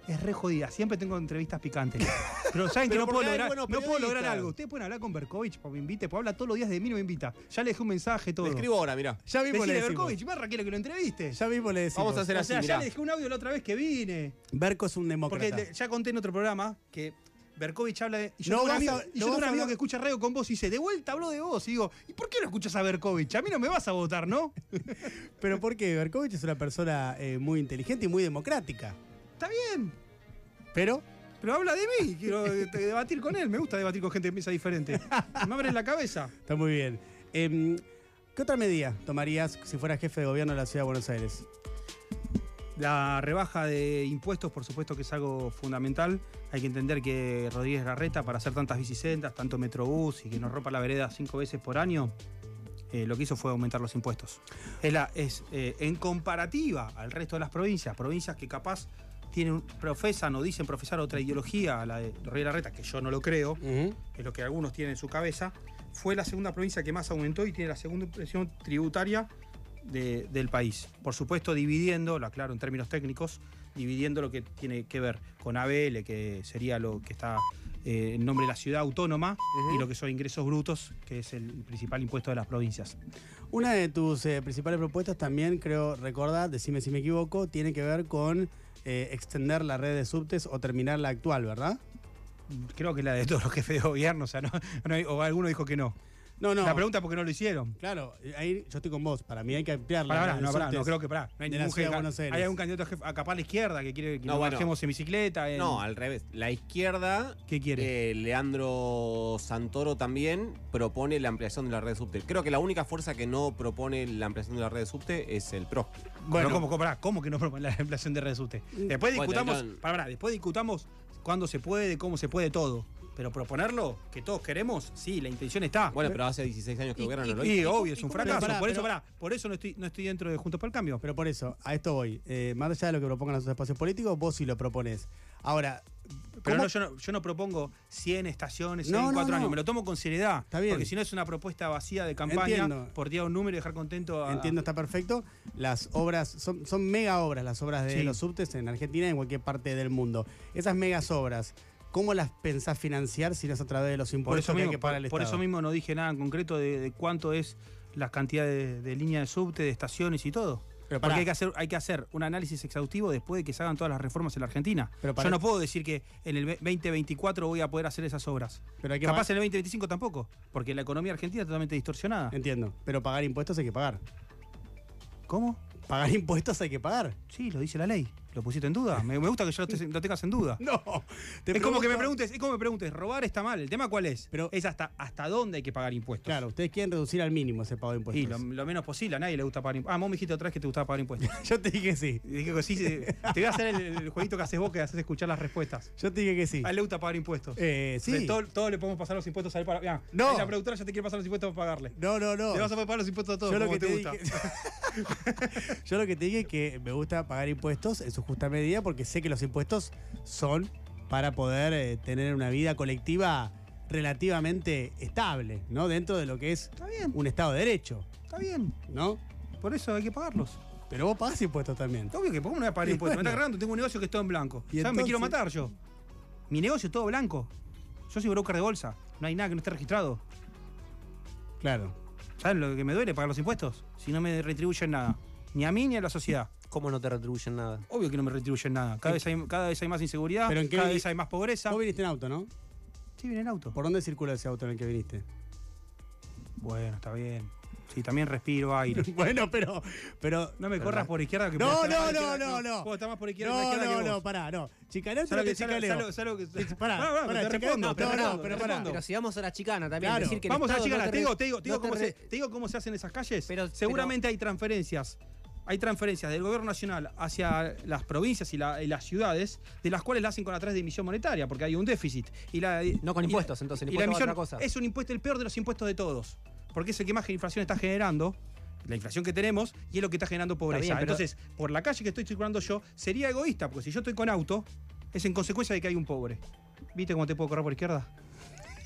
B: Es re jodida. Siempre tengo entrevistas picantes. Pero saben que no
C: Pero
B: puedo,
C: porque hay
B: lograr,
C: buenos
B: no puedo lograr
C: periodistas.
B: algo. Ustedes pueden hablar con Berkovich para que me invite, porque habla todos los días de mí, no me invita. Ya le dejé un mensaje, todo.
C: Le escribo ahora, mirá.
A: ya mismo le
B: Decile a
A: decimos.
B: Berkovich, barra, quiero que lo entreviste.
A: Ya mismo le decimos.
C: Vamos a hacer
B: o
C: así,
B: sea, ya
C: mirá.
B: le dejé un audio la otra vez que vine.
A: Berco es un
B: Porque
A: demócrata.
B: le- ya conté en otro programa que Berkovich habla de. Y yo
A: No
B: tengo un
A: vas
B: amigo,
A: a-
B: y
A: no
B: yo tengo
A: vas
B: un
A: a
B: amigo
A: hablar-
B: que escucha radio con vos y dice, de vuelta habló de vos. Y digo, ¿y por qué no escuchas a Berkovich? A mí no me vas a votar, ¿no?
A: Pero porque Berkovich es una persona eh, muy inteligente y muy democrática.
B: Está bien.
A: Pero
B: Pero habla de mí, quiero eh, te- debatir con él. Me gusta debatir con gente que piensa diferente. Me abre la cabeza.
A: está muy bien. Em, ¿Qué otra medida tomarías si fueras jefe de gobierno de la ciudad de Buenos Aires?
B: La rebaja de impuestos, por supuesto, que es algo fundamental. Hay que entender que Rodríguez Garreta, para hacer tantas bicisendas, tanto metrobús y que nos ropa la vereda cinco veces por año, eh, lo que hizo fue aumentar los impuestos. Es, la- es, eh, en comparativa al resto de las provincias, provincias que capaz tienen, profesan o dicen profesar otra ideología, a la de Rodríguez Garreta, que yo no lo creo, es lo que algunos tienen en su cabeza, fue la segunda provincia que más aumentó y tiene la segunda presión tributaria de- del país. Por supuesto, dividiendo, lo aclaro en términos técnicos, dividiendo lo que tiene que ver con ABL, que sería lo que está eh, en nombre de la ciudad autónoma, y lo que son ingresos brutos, que es el principal impuesto de las provincias.
A: Una de tus eh, principales propuestas también, creo recordar, decime si me equivoco, tiene que ver con eh, extender la red de subtes o terminar la actual, ¿verdad?
B: Creo que es la de todos los jefes de gobierno, o sea, no, no hay- o alguno dijo que no.
A: No, no.
B: La pregunta es por qué no lo hicieron.
A: Claro, ahí yo estoy con vos. Para mí hay que ampliar la
B: Pará,
A: red
B: pará,
A: de
B: no, pará,
A: subtes.
B: no creo que pará. No hay
A: de la
B: ningún
A: ciudad de
B: jefe-
A: Buenos Aires.
B: Hay algún candidato a, jefe- a capaz la izquierda que quiere que
C: No,
B: no,
C: bueno.
B: bajemos en bicicleta. en-
C: No, al revés. La izquierda,
B: ¿Qué quiere?
C: eh, Leandro Santoro también propone la ampliación de la red subte. Creo que la única fuerza que no propone la ampliación de la red subte es el PRO.
B: Bueno, ¿cómo, cómo- pará, ¿cómo que no propone la inflación de redes usted? Después
C: Bueno,
B: discutamos,
C: no.
B: pará, pará, después discutamos cuándo se puede, cómo se puede todo. Pero proponerlo, que todos queremos, sí, la intención está.
C: Bueno, pero hace 16 años que gobiernan, ¿no lo
B: y,
C: hizo.
B: obvio, es un
A: cómo-
B: fracaso.
A: pero pará,
B: por eso,
A: pero-
B: pará, por eso no estoy, no estoy dentro de Juntos por el Cambio.
A: Pero por eso, a esto voy. Eh, más allá de lo que propongan los espacios políticos, vos sí lo propones. Ahora,
B: Pero
A: ¿cómo-
B: no, yo, no, yo no propongo 100 estaciones
A: No,
B: en
A: no,
B: 4
A: no.
B: años, me lo tomo con seriedad.
A: Está bien.
B: Porque si no es una propuesta vacía de campaña
A: Entiendo.
B: por tirar un número y dejar contento a.
A: entiendo, está perfecto. Las obras, son, son mega obras las obras de
B: Sí.
A: los subtes en Argentina y en cualquier parte del mundo. Esas megas obras, ¿cómo las pensás financiar si no es a través de los
B: Por
A: impuestos
B: eso,
A: que hay
B: mismo,
A: que pagar
B: por-
A: el
B: por
A: Estado?
B: eso mismo no dije nada en concreto de, de cuánto es la cantidad de, de líneas de subte, de estaciones y todo.
A: Pero pará.
B: Porque hay que, hacer, hay que hacer un análisis exhaustivo después de que se hagan todas las reformas en la Argentina.
A: Pero pará.
B: Yo no puedo decir que en el ve- 2024 voy a poder hacer esas obras.
A: Pero hay que
B: Capaz
A: pagar-
B: en el 2025 tampoco, porque la economía argentina es totalmente distorsionada.
A: Entiendo, pero pagar impuestos hay que pagar.
B: ¿Cómo?
A: Pagar impuestos hay que pagar.
B: Sí, lo dice la ley. Lo pusiste en duda. Me, me gusta que ya lo, estés- lo tengas en duda.
A: No. te
B: es como que
A: pregunto-
B: me preguntes, es como me preguntes, robar está mal. ¿El tema cuál es?
A: Pero-
B: es hasta, hasta dónde hay que pagar impuestos.
A: Claro, ustedes quieren reducir al mínimo ese pago de
B: Y
A: impuestos.
B: lo, lo menos posible, a nadie le gusta pagar impuestos. Ah, vos me dijiste otra vez que te gustaba pagar impuestos.
A: Yo te dije que sí.
B: Y dije que sí, sí. te voy a hacer el, el jueguito que haces vos, que haces escuchar las respuestas.
A: Yo te dije que sí.
B: A él le gusta pagar impuestos.
A: Eh, sí.
B: De todo, todo le podemos pasar los impuestos a él para. Mirá,
A: No.
B: ahí La productora ya te quiere pasar los impuestos para pagarle.
A: No, no, no.
B: Le vas a poder pagar los impuestos a todos,
A: Yo lo
B: como
A: que
B: te,
A: te
B: gusta.
A: dije- Yo lo que te dije es que me gusta pagar impuestos en su justa medida porque sé que los impuestos son para poder eh, tener una vida colectiva relativamente estable, ¿no? Dentro de lo que es
B: Está bien,
A: un Estado de Derecho,
B: está bien.
A: ¿no?
B: Por eso hay que pagarlos.
A: Pero vos pagás impuestos también.
B: Obvio que, ¿cómo no voy a pagar
A: Y
B: impuestos? Me
A: bueno.
B: está cargando, tengo un negocio que es todo en blanco.
A: Y
B: ¿Sabes? Me quiero
A: entonces-
B: matar yo. Mi negocio es todo blanco. Yo soy broker de bolsa. No hay nada que no esté registrado.
A: Claro.
B: ¿Saben lo que me duele? Pagar los impuestos. Si no me retribuyen nada. Ni a mí ni a la sociedad.
D: ¿Cómo no te retribuyen nada?
B: Obvio que no me retribuyen nada. Cada, vez, hay, cada vez hay más inseguridad,
A: ¿Pero en qué
B: cada
A: vi-
B: vez hay más pobreza.
A: Vos viniste en auto, ¿no?
B: Sí, viene el auto.
A: ¿Por dónde circula ese auto en el que viniste?
B: Bueno, está bien. Sí, también respiro aire.
A: bueno, pero. pero
B: No me corras por izquierda que
A: No,
B: puedo estar
A: no,
B: más
A: no,
B: izquierda-
A: no, no.
B: Puedo estar más por izquierda que
A: No,
B: izquierda
A: no,
B: que
A: no,
B: vos.
A: pará, no. Chicaneate
B: Salvo
A: lo que
B: que- salvo-
A: chicaleo.
B: salvo- salvo que-
A: pará,
B: Pará, pará,
A: pará,
B: te
A: chicaneando,
B: respondo, te
A: no, no,
B: respondo,
A: pero
B: te
A: pará.
B: respondo.
D: Pero si vamos a la chicana también,
A: Claro.
D: decir que el
B: Vamos a
D: Estado
B: chicana,
D: no
B: te
D: re-
B: digo, te digo, te
D: no
B: digo cómo
D: re-
B: se, te digo cómo se hacen esas calles.
D: Pero- pero-
B: Seguramente hay transferencias. Hay transferencias del gobierno nacional hacia las provincias y, la- y las ciudades, de las cuales la hacen con atrás de emisión monetaria, porque hay un déficit. Y la, y-
D: No con
B: y la-
D: impuestos, entonces, el
B: y la
D: impuesto va a
B: emisión
D: otra cosa.
B: es un impuesto el peor de los impuestos de todos, porque es el que más inflación está generando, la inflación que tenemos, y es lo que está generando pobreza.
D: bien, pero-
B: Entonces, por la calle que estoy circulando yo, sería egoísta, porque si yo estoy con auto, es en consecuencia de que hay un pobre. ¿Viste cómo te puedo correr por izquierda?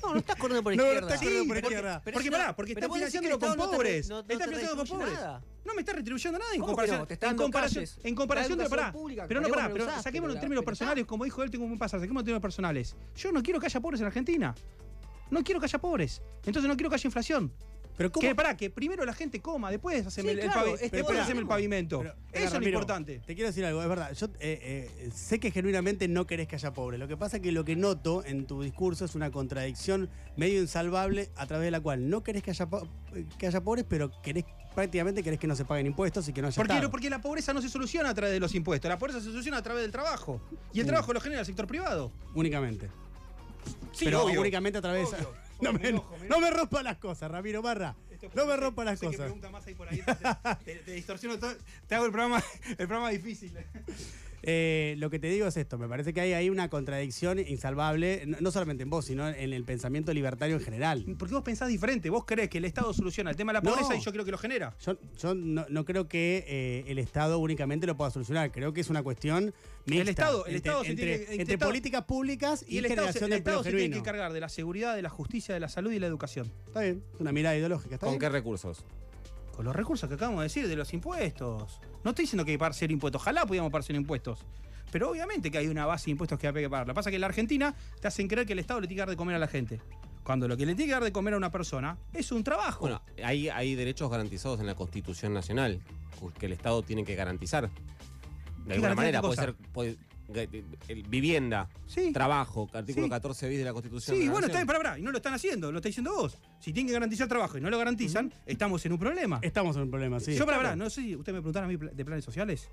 D: No, no estás corriendo por
A: No, no
D: izquierda.
A: estás corriendo por
D: Porque-
A: izquierda.
D: pero
B: Porque
D: es una-
B: pará, porque
D: pero
B: está
D: vos decís que el
B: financiando con
D: Estado no te re-
B: pobres.
D: no- no
B: está
D: te
B: financiando con
D: retribuye
B: pobres.
D: nada.
B: No me está retribuyendo nada en
D: ¿Cómo que
B: comparación.
D: no? Te está
B: en
D: dando
B: comparación,
D: calles,
B: en comparación
D: la
B: de pará.
D: educación pública,
B: pero no
D: ¿por qué
B: pará,
D: vos
B: pero
D: no la usás?
B: saquemos los
D: Pero-
B: términos
D: pero está.
B: personales, como dijo él, tengo un pasa, saquemos los términos personales. Yo no quiero que haya pobres en Argentina. No quiero que haya pobres. Entonces no quiero que haya inflación.
A: Pero ¿cómo?
B: Que pará, que primero la gente coma, después haceme
D: Sí,
B: el,
D: claro,
B: pavi-
D: este
B: después
A: pará.
B: haceme el pavimento.
A: Pero, espera,
B: Eso es lo
A: Ramiro,
B: importante.
A: Te quiero decir algo, es verdad. Yo eh, eh, sé que genuinamente no querés que haya pobre. Lo que pasa es que lo que noto en tu discurso es una contradicción medio insalvable a través de la cual no querés que haya, po- eh, que haya pobres, pero querés, prácticamente querés que no se paguen impuestos y que no haya
B: ¿Por qué?
A: Estado.
B: no? Porque la pobreza no se soluciona a través de los impuestos, la pobreza se soluciona a través del trabajo. Y el
A: Mm.
B: trabajo lo genera el sector privado.
A: Únicamente.
B: Sí,
A: pero
B: obvio.
A: únicamente a través
B: Obvio.
A: No
B: Obvio,
A: me,
B: me enojo, me
A: no me rompa las cosas, Ramiro Barra.
B: Esto es
A: No me
B: porque
A: rompa
B: sé-
A: las
B: sé que
A: cosas.
B: pregunta más ahí por ahí, entonces te, te distorsiono todo. Te hago el programa, el programa difícil.
A: Eh, lo que te digo es esto, me parece que hay ahí una contradicción insalvable, no, no solamente en vos, sino en el pensamiento libertario en general.
B: Porque vos pensás diferente. Vos crees que el Estado soluciona el tema de la
A: No.
B: pobreza y yo creo que lo genera.
A: Yo, yo no, no creo que eh, el Estado únicamente lo pueda solucionar, creo que es una cuestión mixta.
B: Estado- el
A: entre,
B: Estado se
A: entre-
B: tiene que- el
A: entre
B: Estado-
A: políticas públicas y,
B: Y el Estado, se,
A: generación
B: el
A: de empleo
B: Estado se tiene
A: genuino.
B: que encargar de la seguridad, de la justicia, de la salud y la educación.
A: Está bien, es una mirada ideológica, está
C: ¿Con qué
A: bien.
C: recursos?
B: Con los recursos que acabamos de decir, de los impuestos. No estoy diciendo que hay que pagar cero impuestos. Ojalá pudiéramos pagar cero impuestos. Pero obviamente que hay una base de impuestos que hay que pagar. Lo que pasa es que en la Argentina te hacen creer que el Estado le tiene que dar de comer a la gente. Cuando lo que le tiene que dar de comer a una persona es un trabajo.
C: Bueno, hay, hay derechos garantizados en la Constitución Nacional que el Estado tiene que garantizar. De
B: garantiza
C: alguna manera,
B: qué
C: puede
B: cosa?
C: ser puede- eh, eh, vivienda,
B: sí.
C: trabajo, artículo
B: Sí.
C: 14 bis de la Constitución.
B: Sí,
C: de la
B: bueno, está bien,
C: Nación.
B: pará, pará, y no lo están haciendo, lo está diciendo vos. Si tienen que garantizar trabajo y no lo garantizan, estamos en un problema.
A: Estamos en un problema, sí.
B: Yo, pará, pará, no sé si ustedes me preguntaron a mí pla- de planes sociales.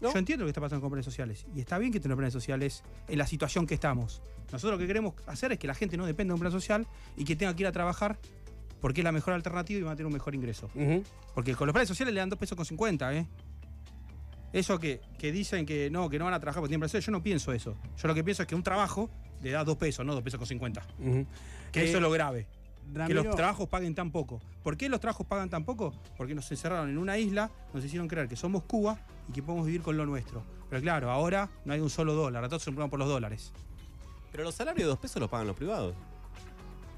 C: No.
B: Yo entiendo lo que está pasando con planes sociales. Y está bien que tengan planes sociales en la situación que estamos. Nosotros lo que queremos hacer es que la gente no dependa de un plan social y que tenga que ir a trabajar porque es la mejor alternativa y va a tener un mejor ingreso.
A: Ujú.
B: Porque con los planes sociales le dan 2 pesos con 50, ¿eh? Eso que, que dicen que no, que no van a trabajar porque tienen planes sociales, yo no pienso eso. Yo lo que pienso es que un trabajo le da 2 pesos, no 2 pesos con 50.
A: Ujú.
B: Que
A: Eh,
B: eso es lo grave. Que los
A: Ramiro-
B: trabajos paguen tan poco. ¿Por qué los trabajos pagan tan poco? Porque nos encerraron en una isla, nos hicieron creer que somos Cuba y que podemos vivir con lo nuestro. Pero claro, ahora no hay un solo dólar, a todos se preocupan por los dólares.
C: Pero los salarios de dos pesos los pagan los privados.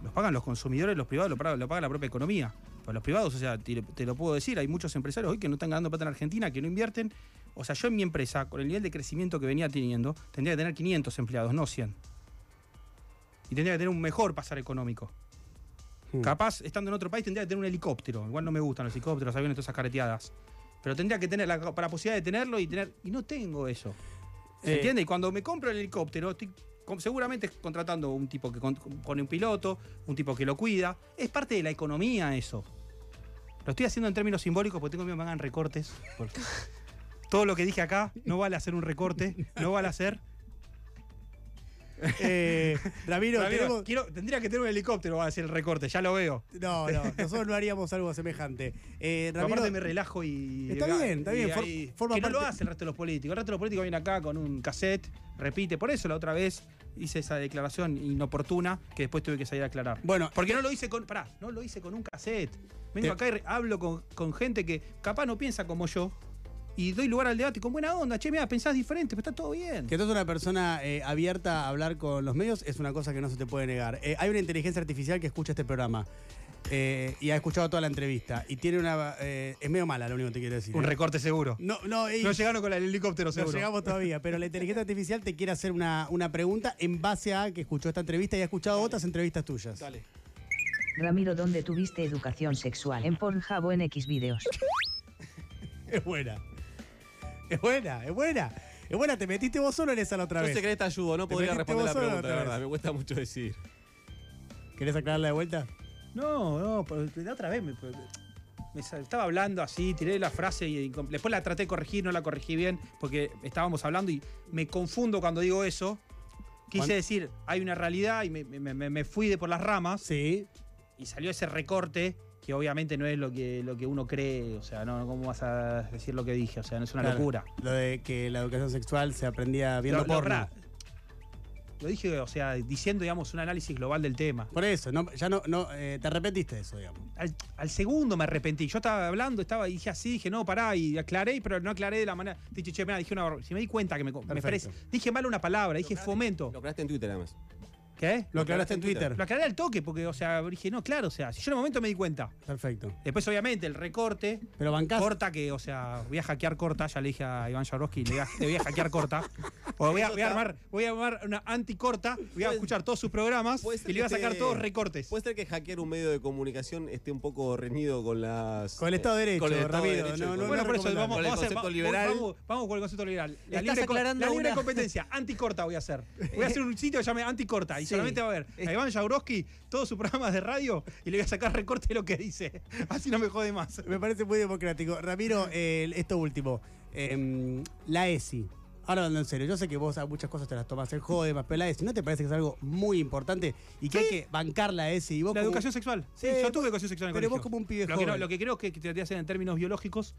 B: Los pagan los consumidores, los privados, lo paga, lo paga la propia economía. Pero los privados, o sea, te, te lo puedo decir, hay muchos empresarios hoy que no están ganando plata en Argentina, que no invierten. O sea, yo en mi empresa, con el nivel de crecimiento que venía teniendo, tendría que tener 500 empleados, no 100. Y tendría que tener un mejor pasar económico.
A: Hmm.
B: Capaz, estando en otro país, tendría que tener un helicóptero. Igual no me gustan los helicópteros, los aviones, todas esas careteadas. Pero tendría que tener la, para la posibilidad de tenerlo y tener. Y no tengo eso. ¿Se
A: Eh,
B: entiende? Y cuando me compro el helicóptero, estoy con- seguramente contratando un tipo que con- pone un piloto, un tipo que lo cuida. Es parte de la economía eso. Lo estoy haciendo en términos simbólicos porque tengo miedo que me hagan recortes. porque todo lo que dije acá no vale hacer un recorte, no vale hacer.
A: eh, Ramiro,
B: Ramiro,
A: tenemos-
B: quiero- tendría que tener un helicóptero para hacer el recorte, ya lo veo.
A: No, no, nosotros no haríamos algo semejante. Eh,
B: Pero
A: Ramiro,
B: aparte me relajo y.
A: Está bien, está
B: y
A: bien, for-
B: ahí-
A: forma
B: que no lo
A: parte-
B: hace el resto de los políticos. El resto de los políticos vienen acá con un cassette, repite. Por eso la otra vez hice esa declaración inoportuna que después tuve que salir a aclarar.
A: Bueno,
B: Porque no lo hice con. Pará, no lo hice con un cassette. Vengo
A: Te-
B: acá y re- hablo con, con gente que capaz no piensa como yo. y doy lugar al debate con buena onda. Che, mira, pensás diferente, pero está todo bien.
A: Que tú eres una persona eh, abierta a hablar con los medios es una cosa que no se te puede negar. Eh, hay una inteligencia artificial que escucha este programa eh, y ha escuchado toda la entrevista y tiene una... eh, es medio mala, lo único que te quiero decir.
F: Un
A: eh.
F: recorte seguro.
A: No, no, ey,
F: No llegaron con el helicóptero
A: no
F: seguro.
A: llegamos todavía, pero la inteligencia artificial te quiere hacer una, una pregunta en base a que escuchó esta entrevista y ha escuchado otras entrevistas tuyas.
F: Dale.
G: Ramiro, ¿dónde tuviste educación sexual? En Pornhub o en X videos.
A: Es buena. Es buena, es buena. Es buena, te metiste vos solo en esa la otra
C: Yo
A: vez.
C: sé que en esta ayudo, no
A: Te
C: podría
A: metiste
C: responder
A: vos
C: la
A: solo
C: pregunta,
A: otra
C: la
A: vez.
C: verdad. Me cuesta mucho decir.
A: ¿Querés aclararla de vuelta?
B: No, no, pero la otra vez me, pues, me sa- estaba hablando así, tiré la frase y, y com- después la traté de corregir, no la corregí bien, porque estábamos hablando y me confundo cuando digo eso. Quise
A: Cuando-
B: decir, hay una realidad y me, me- me- me fui de por las ramas
A: Sí.
B: y salió ese recorte que obviamente no es lo que, lo que uno cree, o sea, no, ¿cómo vas a decir lo que dije? O sea, no es una
A: Claro.
B: locura.
A: Lo de que la educación sexual se aprendía viendo
B: lo, lo-
A: porno.
B: ra- lo dije, o sea, diciendo, digamos, un análisis global del tema.
A: Por eso, no, ya no, no eh, te arrepentiste de eso, digamos.
B: Al, al segundo me arrepentí. Yo estaba hablando, estaba, y dije así, dije, no, pará, y aclaré, pero no aclaré de la manera. Dije, che, mirá, dije una barbaridad. Si me di cuenta que me, co- me
A: Perfecto.
B: expresé- Dije mal una palabra, dije fomento.
C: Lo creaste en Twitter, además.
B: ¿Qué?
A: Lo aclaraste en Twitter.
B: Lo aclaré al toque, porque, o sea, dije, no, claro, o sea, si yo en el momento me di cuenta.
A: Perfecto.
B: Después, obviamente, el recorte.
A: Pero bancás.
B: Corta que, o sea, voy a hackear corta, ya le dije a Iván Jabrowski, le voy a, le voy a hackear corta. O voy a, voy a armar, voy a armar una anticorta, voy a
C: Puede-
B: escuchar todos sus programas
C: puede ser
B: y le voy a
C: que
B: sacar
C: te-
B: todos recortes.
C: Puede ser que hackear un medio de comunicación esté un poco reñido con las. eh,
A: Con el Estado de Derecho,
C: con el Estado de
A: Ramiro,
C: Derecho y
A: no,
C: con-
A: no,
B: bueno,
A: no
B: por eso
A: recomendable.
B: vamos,
D: Con el
B: vamos a hacer-
D: concepto
B: va-
D: liberal.
B: vamos- vamos con el concepto liberal. La
D: Estás
B: libre, co-
D: aclarando
B: la libre
D: una-
B: competencia, anticorta voy a hacer. Voy a hacer un sitio que llame anticorta y
D: Sí.
B: solamente va a ver a Iván Jaurowski, todos sus programas de radio y le voy a sacar recorte de lo que dice. Así no me jode más.
A: Me parece muy democrático. Ramiro, eh, esto último. Eh, la ESI. Ahora hablando en serio, yo sé que vos a muchas cosas te las tomás el jode, más, pero la ESI, ¿no te parece que es algo muy importante y que hay que bancar la ESI? Y vos
B: La
A: como-
B: educación sexual. Sí,
A: Eh,
B: yo tuve educación sexual en el
A: pero
B: colegio.
A: vos como un pibe
B: lo que, no-
A: joven.
B: lo que creo que te te hacen en términos biológicos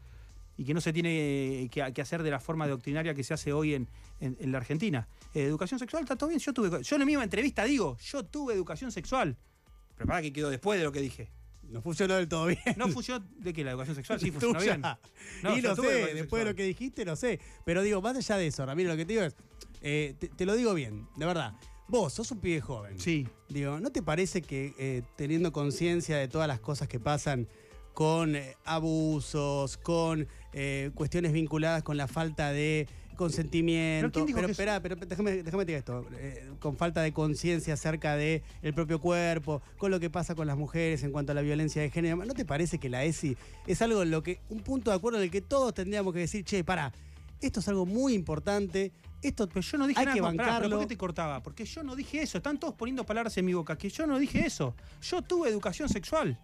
B: y que no se tiene eh, que, que hacer de la forma doctrinaria que se hace hoy en, en- en la Argentina. Eh, educación sexual, está todo bien. Yo tuve. Yo en la misma entrevista digo, yo tuve educación sexual. Pero para que quedó después de lo que dije.
A: No funcionó del todo bien.
B: No funcionó de que la educación sexual sí funcionó
A: Tuya.
B: bien. No,
A: y
B: yo
A: lo sé,
B: tuve
A: después
B: educación
A: de
B: sexual.
A: lo que dijiste, lo sé. Pero digo, más allá de eso, Ramiro, lo que te digo es, eh, te, te lo digo bien, de verdad. Vos sos un pibe joven.
B: Sí.
A: Digo, ¿no te parece que eh, teniendo conciencia de todas las cosas que pasan con eh, abusos, con eh, cuestiones vinculadas con la falta de consentimiento.
B: ¿Pero quién dijo
A: pero
B: que es-
A: espera, pero déjame, déjame decir esto. eh, con falta de conciencia acerca de el propio cuerpo, con lo que pasa con las mujeres en cuanto a la violencia de género. ¿No te parece que la ESI es algo en lo que, un punto de acuerdo en el que todos tendríamos que decir, che, pará, esto es algo muy importante, esto
B: Pero yo no dije
A: Hay
B: nada
A: que
B: más. Pará, ¿pero
A: bancarlo.
B: ¿Por qué te cortaba? Porque yo no dije eso. Están todos poniendo palabras en mi boca. Que yo no dije eso. Yo tuve educación sexual.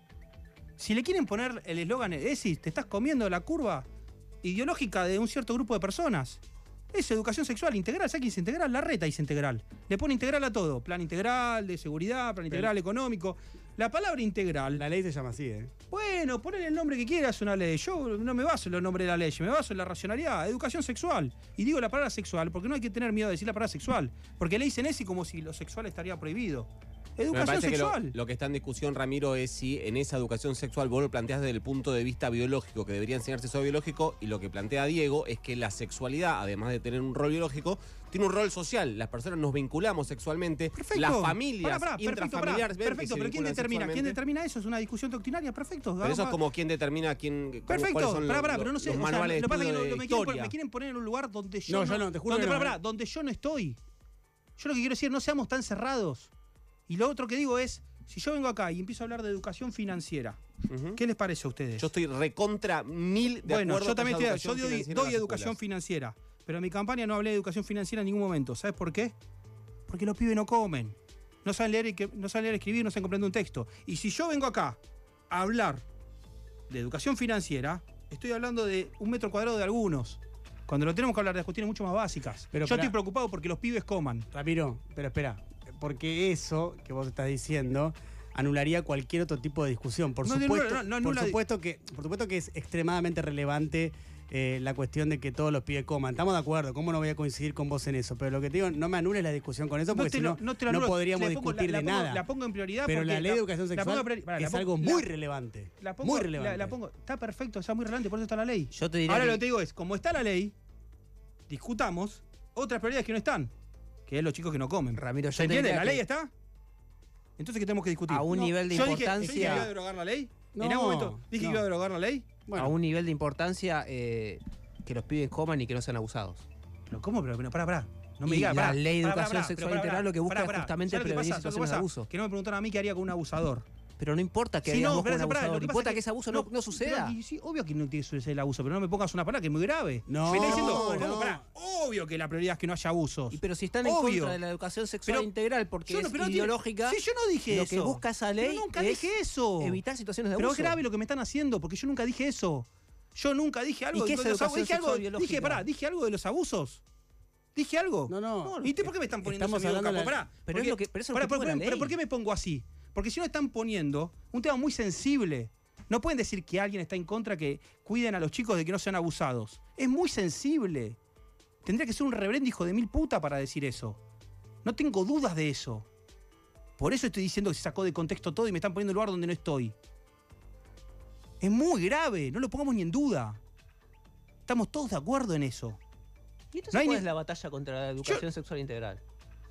B: Si le quieren poner el eslogan ESI, te estás comiendo la curva ideológica de un cierto grupo de personas. Es educación sexual integral. ¿Sabes quién dice integral? La reta dice integral. Le pone integral a todo. Plan integral de seguridad, plan integral económico. La palabra integral
A: La ley se llama así, ¿eh?
B: Bueno, ponle el nombre que quieras a una ley. Yo no me baso en el nombre de la ley, me baso en la racionalidad, educación sexual. Y digo la palabra sexual porque no hay que tener miedo de decir la palabra sexual. Porque le dicen ese como si lo sexual estaría prohibido.
C: Me
B: Educación
C: parece que lo,
B: sexual.
C: lo que está en discusión, Ramiro, es si en esa educación sexual vos lo planteás desde el punto de vista biológico, que debería enseñarse eso biológico, y lo que plantea Diego es que la sexualidad, además de tener un rol biológico, tiene un rol social. Las personas nos vinculamos sexualmente,
B: Perfecto.
C: las
B: Pará,
C: familias,
B: pará, perfecto, pará.
C: intrafamiliares, ven que
B: Perfecto,
C: se
B: pero ¿quién
C: vinculan
B: determina? ¿Quién
C: sexualmente.
B: determina eso? Es una discusión doctrinaria, perfecto.
C: Pero eso es
B: Vamos-
C: como quién determina quién. cu- cuáles
B: Perfecto, pará,
C: son los-
B: pará, pero no
C: los
B: sé. o sea,
C: manuales de
B: lo que pasa es que
C: estudio
B: no-
C: de
B: me, quieren, poner-
C: historia.
B: me quieren poner en un lugar donde yo.
A: No, yo no, te juro
B: donde,
A: que no,
B: pará,
A: ¿eh?
B: pará, donde yo no estoy. Yo lo que quiero decir, no seamos tan cerrados. Y lo otro que digo es: si yo vengo acá y empiezo a hablar de educación financiera,
C: Ujú.
B: ¿qué les parece a ustedes?
C: ¿Mm? Yo estoy recontra mil de
B: bueno,
C: acuerdo
B: yo
C: que
B: también
C: haya
B: estoy. Yo doy,
C: financiera en
B: doy
C: las
B: educación
C: escuelas.
B: financiera. Pero en mi campaña no hablé de educación financiera en ningún momento. ¿Sabes por qué? Porque los pibes no comen. No saben leer, y que, no saben leer escribir, no saben comprender un texto. Y si yo vengo acá a hablar de educación financiera, estoy hablando de un metro cuadrado de algunos. Cuando lo tenemos que hablar de las cuestiones mucho más básicas.
A: Pero
B: yo
A: pará.
B: estoy preocupado porque los pibes coman.
A: Ramiro, pero espera, porque eso que vos estás diciendo anularía cualquier otro tipo de discusión. Por
B: No, no,
A: supuesto,
B: no, no
A: por
B: anula-
A: supuesto que, por supuesto que es extremadamente relevante eh, la cuestión de que todos los pibes coman. Estamos de acuerdo, ¿cómo no voy a coincidir con vos en eso? Pero lo que te digo, no me anules la discusión con eso, porque si no, no,
B: la anulo,
A: podríamos
B: le pongo-
A: discutir
B: la-
A: de
B: la pongo-
A: nada.
B: La pongo en prioridad
A: pero
B: porque
A: la ley de educación
B: la pongo
A: sexual
B: en priori- pará, la
A: es
B: pongo-
A: algo
B: la-
A: muy relevante.
B: La pongo,
A: muy
B: la-
A: relevante.
B: la pongo- está perfecto, está muy relevante, por eso está la ley.
D: Yo te diría
B: Ahora
D: que-
B: lo que te digo es, como está la ley, discutamos otras prioridades que no están, que es los chicos que no comen.
D: Ramiro, yo
B: ¿Se entiende? ¿La
D: diría que
B: ley está? Entonces, ¿qué tenemos que discutir?
D: A un nivel de
B: yo dije- yo dije, que
D: importancia-
B: iba a derogar la ley.
A: No,
B: en algún momento dije
A: no.
B: que iba a derogar la ley.
A: Bueno,
D: a un nivel de importancia eh, que los pibes coman y que no sean abusados.
B: Pero ¿cómo? Pero, pero pará, pará. No me
D: Y
B: digas,
D: la
B: pará,
D: ley de
B: pará,
D: educación
B: pará,
D: sexual
B: pero pará,
D: integral
B: pará,
D: lo que busca
B: pará,
D: es
B: pará.
D: justamente
B: ¿Sabes lo que
D: prevenir
B: pasa? ¿Sabes lo que
D: situaciones de
B: pasa?
D: abuso.
B: Que no me preguntaron a mí qué haría con un abusador.
D: Pero no importa que
B: Sí,
D: hayas
B: no,
D: vos con un
B: gracias, pará,
D: abusador,
B: lo que pasa
D: importa
B: es
D: que, ese abuso no, no suceda.
B: pero- y sí, obvio que no tiene que suceder el abuso, pero no me pongas una palabra que es muy grave.
A: No,
B: me está diciendo,
A: no.
B: pará, obvio que la prioridad es que no haya abusos.
D: Y pero si están en
B: Obvio.
D: contra de la educación sexual
B: Pero
D: integral porque
B: Yo no-
D: es
B: pero no tiene-
D: ideológica,
B: Sí, yo no dije
D: lo
B: eso.
D: que busca esa ley
B: Yo nunca
D: es
B: dije eso.
D: evitar situaciones de
B: Pero es
D: abuso.
B: grave lo que me están haciendo, porque yo nunca dije eso. Yo nunca dije algo
D: ¿Y qué
B: de
D: es
B: los abusos.
D: educación
B: Dije, algo,
D: sexual biológica?
B: dije, pará, dije algo de los abusos. ¿Dije algo?
A: No, no.
B: ¿Y te- por qué me están poniendo
A: Estamos
B: ese medio
A: hablando
B: campo?
A: de la-
B: Pará.
D: pero
B: porque-
D: es lo que- pero eso es lo
B: pará,
D: que pone
B: ¿por,
D: la
B: qué- pero
D: ley.
B: ¿por qué me pongo así? Porque si no están poniendo un tema muy sensible. No pueden decir que alguien está en contra que cuiden a los chicos de que no sean abusados. Es muy sensible. Tendría que ser un reverendo hijo de mil puta para decir eso. No tengo dudas de eso. Por eso estoy diciendo que se sacó de contexto todo y me están poniendo en un lugar donde no estoy. Es muy grave, no lo pongamos ni en duda. Estamos todos de acuerdo en eso.
D: ¿Y entonces
B: No hay
D: cuál
B: ni-
D: es la batalla contra la educación sexual integral?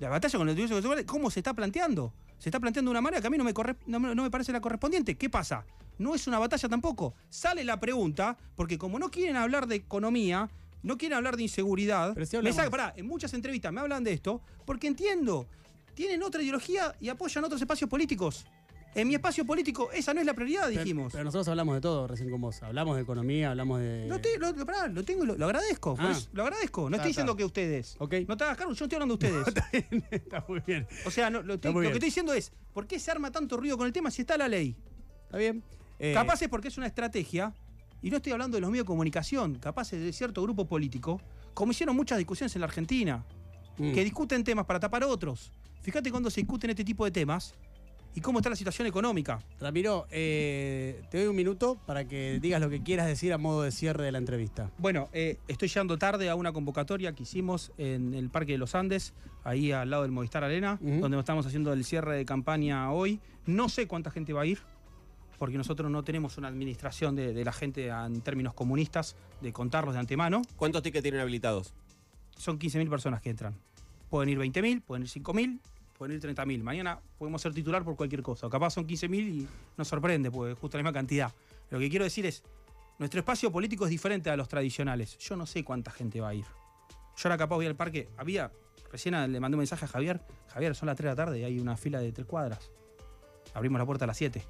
B: La batalla con los dioses sexuales, ¿cómo se está planteando? Se está planteando de una manera que a mí no me, corre- no me- no me parece la correspondiente. ¿Qué pasa? No es una batalla tampoco. Sale la pregunta, porque como no quieren hablar de economía, no quieren hablar de inseguridad,
A: Pero si
B: me
A: hablamos.
B: saca- pará, en muchas entrevistas me hablan de esto, porque entiendo, tienen otra ideología y apoyan otros espacios políticos. En mi espacio político, esa no es la prioridad,
A: pero-
B: dijimos.
A: Pero nosotros hablamos de todo recién con vos. Hablamos de economía, hablamos de.
B: No te- lo, lo- pará, lo tengo, y lo, lo agradezco. por
A: Ah.
B: eso- lo agradezco. No
A: Está,
B: estoy diciendo
A: está.
B: que ustedes.
A: Ok.
B: No te hagas cargo, yo no estoy hablando de ustedes.
A: Está muy bien.
B: o sea, no, lo,
A: Está
B: estoy-
A: muy
B: lo
A: bien.
B: que estoy diciendo es, ¿por qué se arma tanto ruido con el tema si está la ley?
A: Está bien. Eh,
B: Capaz es porque es una estrategia, y no estoy hablando de los medios de comunicación, capaz es de cierto grupo político, como hicieron muchas discusiones en la Argentina,
A: mm.
B: que discuten temas para tapar otros. Fíjate cuando se discuten este tipo de temas y cómo está la situación económica.
A: Ramiro, eh, te doy un minuto para que digas lo que quieras decir a modo de cierre de la entrevista.
B: Bueno, eh, estoy llegando tarde a una convocatoria que hicimos en el Parque de los Andes, ahí al lado del Movistar Arena,
A: Ujú.
B: donde estamos haciendo el cierre de campaña hoy. No sé cuánta gente va a ir, porque nosotros no tenemos una administración de, de la gente en términos comunistas, de contarlos de antemano.
C: ¿Cuántos tickets tienen habilitados?
B: Son 15.000 personas que entran. Pueden ir 20.000, pueden ir 5.000, pueden ir 30.000. Mañana podemos ser titular por cualquier cosa. Capaz son 15.000 y nos sorprende, porque es justo la misma cantidad. Lo que quiero decir es, nuestro espacio político es diferente a los tradicionales. Yo no sé cuánta gente va a ir. Yo ahora capaz voy al parque. Había, recién a- le mandé un mensaje a Javier. Javier, son las 3 de la tarde y hay una fila de tres cuadras. Abrimos la puerta a las 7.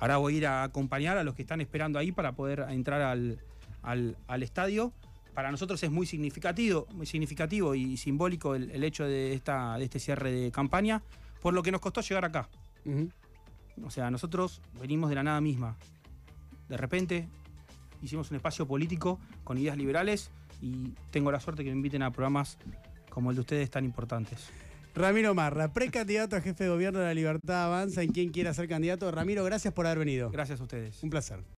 B: Ahora voy a ir a acompañar a los que están esperando ahí para poder entrar al, al- al estadio. Para nosotros es muy significativo, muy significativo y simbólico el, el hecho de, esta, de este cierre de campaña, por lo que nos costó llegar acá.
A: Ujú.
B: O sea, nosotros venimos de la nada misma. De repente hicimos un espacio político con ideas liberales y tengo la suerte que me inviten a programas como el de ustedes tan importantes.
A: Ramiro Marra, precandidato a jefe de gobierno de la Libertad Avanza en quien quiera ser candidato. Ramiro, gracias por haber venido.
B: Gracias a ustedes.
A: Un placer.